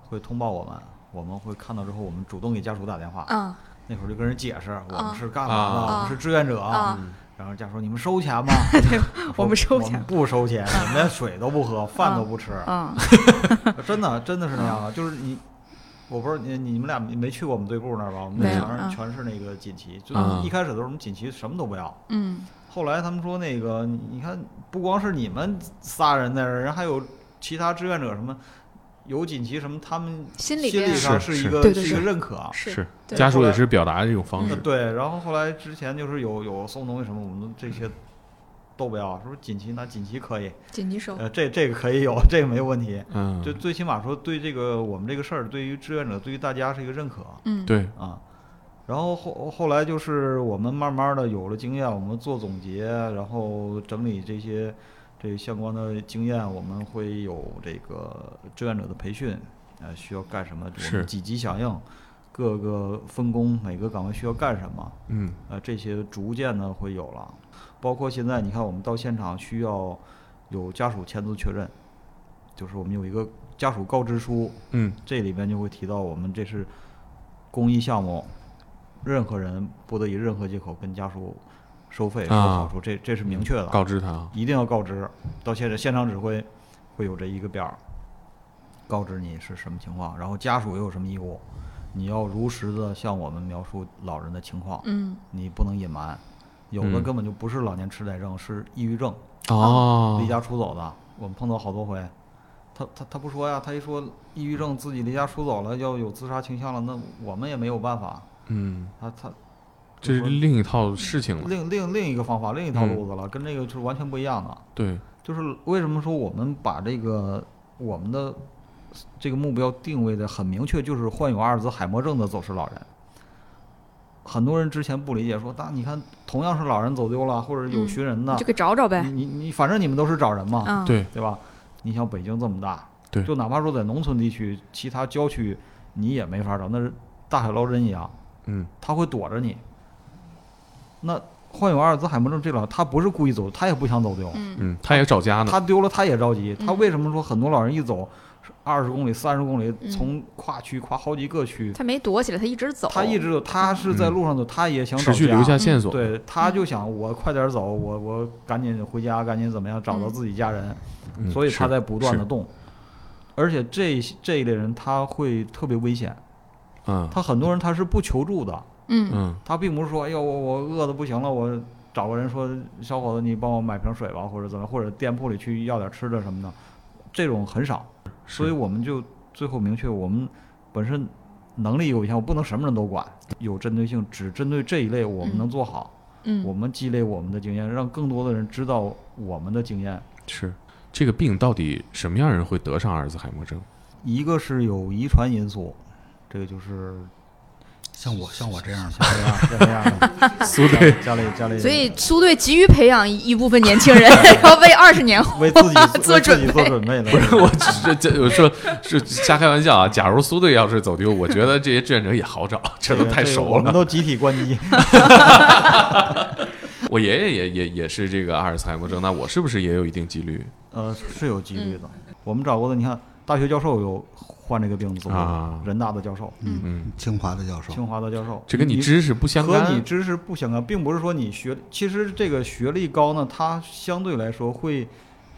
S3: 会通报我们，我们会看到之后，我们主动给家属打电话。
S4: 啊
S3: 那会儿就跟人解释我
S4: 啊
S3: 们是干嘛的，
S6: 啊
S3: 我们是志愿者。
S4: 啊，
S3: 然后家属说你们收钱 吗？
S4: 我们收
S3: 我
S4: 钱
S3: 们不收 钱，我们连水都不喝，饭都不吃，
S4: 啊
S3: 真的真的是那 样的，就是你。我不是你你们俩没去过我们队部那儿吧？我们
S4: 没有
S3: 全
S4: 嗯
S3: 是全是那个锦旗，就
S6: 啊
S3: 一开始的时候我们锦旗什么都不要，
S4: 嗯
S3: 后来他们说那个，你你看，不光是你们仨人在这儿，人还有其他志愿者什么，有锦旗什么，他们
S4: 心里
S3: 理
S4: 边
S3: 上
S6: 是
S3: 是一
S6: 是
S3: 个
S4: 对对
S3: 一个
S4: 对
S3: 认可啊。
S6: 是
S4: 对
S6: 家属
S3: 后
S6: 也
S3: 来
S6: 是表达这种方
S3: 呃
S6: 式，
S3: 对，然后后来之前就是有有送东西什么，我们这些都不要，说锦旗拿锦旗可以，
S4: 紧急收
S3: 呃，这这个可以有，这个没有问题。
S6: 嗯，
S3: 就最起码说对这个我们这个事儿，对于志愿者，对于大家是一个认可。
S4: 嗯
S6: 对，
S3: 啊。然后后后来就是我们慢慢的有了经验，我们做总结，然后整理这些这相关的经验，我们会有这个志愿者的培训，呃，需要干什么，我
S6: 是
S3: 们几级响应，各个分工，每个岗位需要干什么，
S6: 嗯
S3: 呃，这些逐渐的会有了。包括现在你看，我们到现场需要有家属签字确认，就是我们有一个家属告知书，
S6: 嗯
S3: 这里边就会提到我们这是公益项目，任何人不得以任何借口跟家属收费收
S6: 啊
S3: 好处，这这是明确的，
S6: 告知他啊
S3: 一定要告知。到现在现场指挥会有这一个表儿，告知你是什么情况，然后家属又有什么义务，你要如实的向我们描述老人的情况，
S4: 嗯
S3: 你不能隐瞒。有的
S6: 嗯
S3: 根本就不是老年痴呆症，是抑郁症。
S6: 哦
S3: 离家出走的，我们碰到好多回。他他他不说呀，他一说抑郁症自己离家出走了，要有自杀倾向了，那我们也没有办法。
S6: 嗯，
S3: 他他
S6: 这是
S3: 说嗯
S6: 另一套事情了，
S3: 另另另一个方法，另一
S6: 嗯
S3: 条路子了，跟这个是完全不一样的。
S6: 对，嗯
S3: 就是为什么说我们把这个我们的这个目标定位的很明确，就是患有阿尔兹海默症的走失老人。很多人之前不理解，说那你看，同样是老人走丢了，或者有
S4: 嗯
S3: 寻人
S4: 你
S3: 的
S4: 就，给找找
S3: 你
S4: 呗。
S3: 你你，反正你们都是找人嘛，
S4: 啊，
S6: 对
S3: 啊嗯对吧？你像北京这么大，
S6: 对
S3: 就哪怕说在农村地区，其他郊区你也没法找，那是大海捞针一样，
S6: 嗯
S3: 他会躲着你。那患有阿尔兹海默症这老，他不是故意走，他也不想走丢，
S4: 嗯
S6: 嗯，他也找家呢，
S3: 他丢了他也着急。
S4: 嗯
S3: 他为什么说很多老人一走二十公里、三十公里，
S4: 嗯
S3: 从跨区跨好几个区，
S4: 他没躲起来，他一直走。
S3: 他一直他是在路上走，他也想找
S6: 嗯持续
S3: 家
S6: 留下线
S4: 嗯
S6: 索，
S3: 对，他就想我快点走，
S6: 嗯
S3: 我我赶紧回家，赶紧怎么样找到
S4: 嗯
S3: 自己家人，
S6: 嗯
S3: 所以他
S6: 是
S3: 在不断的
S6: 是
S3: 动。而且这一这一类人他会特别危险，
S6: 嗯
S3: 他很多人他是不求助的，
S4: 嗯
S6: 嗯
S3: 他并不是说哎呦我我饿的不行了，我找个人说小伙子你帮我买瓶水吧，或者怎么，或者店铺里去要点吃的什么的，这种很少。所以
S6: 嗯是
S3: 我们就最后明确，我们本身能力有限，我不能什么人都管，有针对性，只针对这一类我们能
S4: 嗯
S3: 做好。我
S4: 嗯
S3: 们积累我们的经验，让更多的人知道我们的经验。
S6: 是这个病到底什么样人会得上阿尔兹海默症？
S3: 一个是有遗传因素，这个就是
S2: 像我像我这样的，
S3: 像这样像这样 的
S6: 苏队，
S3: 家里家里，
S4: 所以苏队急于培养一一部分年轻人，然后为二十年后
S3: 为自己
S4: 做
S3: 为自
S4: 准
S3: 己
S4: 备
S3: 做准备了。
S6: 不是 我这这我说是瞎开玩笑啊，假如苏队要是走丢，我觉得这些志愿者也好找，这都
S3: 个
S6: 太
S3: 这个
S6: 熟
S3: 我们
S6: 了。
S3: 都集体关 机。
S6: 我爷爷也也也是这个阿尔茨海默症，那我是不是也有一定几率
S3: 呃，是有几率的。
S4: 嗯
S3: 我们找过的，你看大学教授有患这个病的走过，
S6: 啊
S3: 人大的教授，
S4: 嗯
S6: 嗯，
S2: 清华的教授，
S3: 清华的教授，
S6: 这跟你
S3: 你
S6: 知识不相
S3: 和你
S6: 干，啊
S3: 知识不相干，并不是说你学，其实这个学历高呢，它相对来说会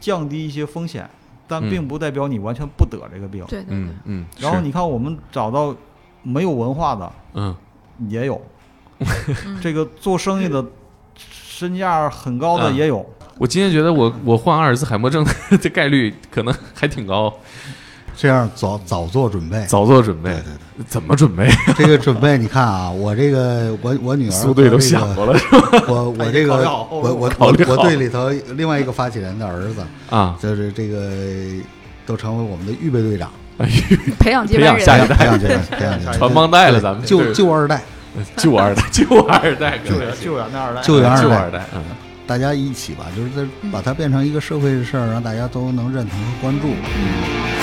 S3: 降低一些风险，但
S6: 嗯
S3: 并不代表你完全不得这个病。
S4: 对对对，
S6: 嗯嗯，
S3: 然后
S6: 是
S3: 你看，我们找到没有文化的
S6: 嗯
S3: 也有，
S4: 嗯
S3: 这个做生意的身价很高的
S6: 嗯
S3: 也有，
S6: 我今天觉得我我患阿尔兹海默症的概率可能还挺高，
S2: 这样早早做准备。
S1: 早做准备
S2: 哎对，对
S1: 怎么准备？
S2: 对，这个准备你看啊，我这个我我女儿
S1: 苏队都想过了是吧
S2: 我我这个
S3: 考虑好
S2: 我我
S1: 考
S2: 我
S1: 虑好
S2: 我队里头另外一个发起人的儿子，
S1: 啊？
S2: 就是这个都成为我们的预备队长，
S1: 哎呦，
S4: 培养接
S1: 培
S4: 班
S1: 养下一
S4: 人，
S1: 代
S2: 培养起来，培养起来，
S1: 传帮带了，咱们
S2: 救
S1: 对
S2: 救二代，
S1: 救二代，救二代，
S3: 救
S1: 可以
S3: 援救援的二代，
S2: 救援
S1: 救
S2: 二
S1: 二
S2: 代，
S1: 代，嗯，
S2: 大家一起吧，就是这把它变成一个社会的事儿，让大家都能认同和关注。嗯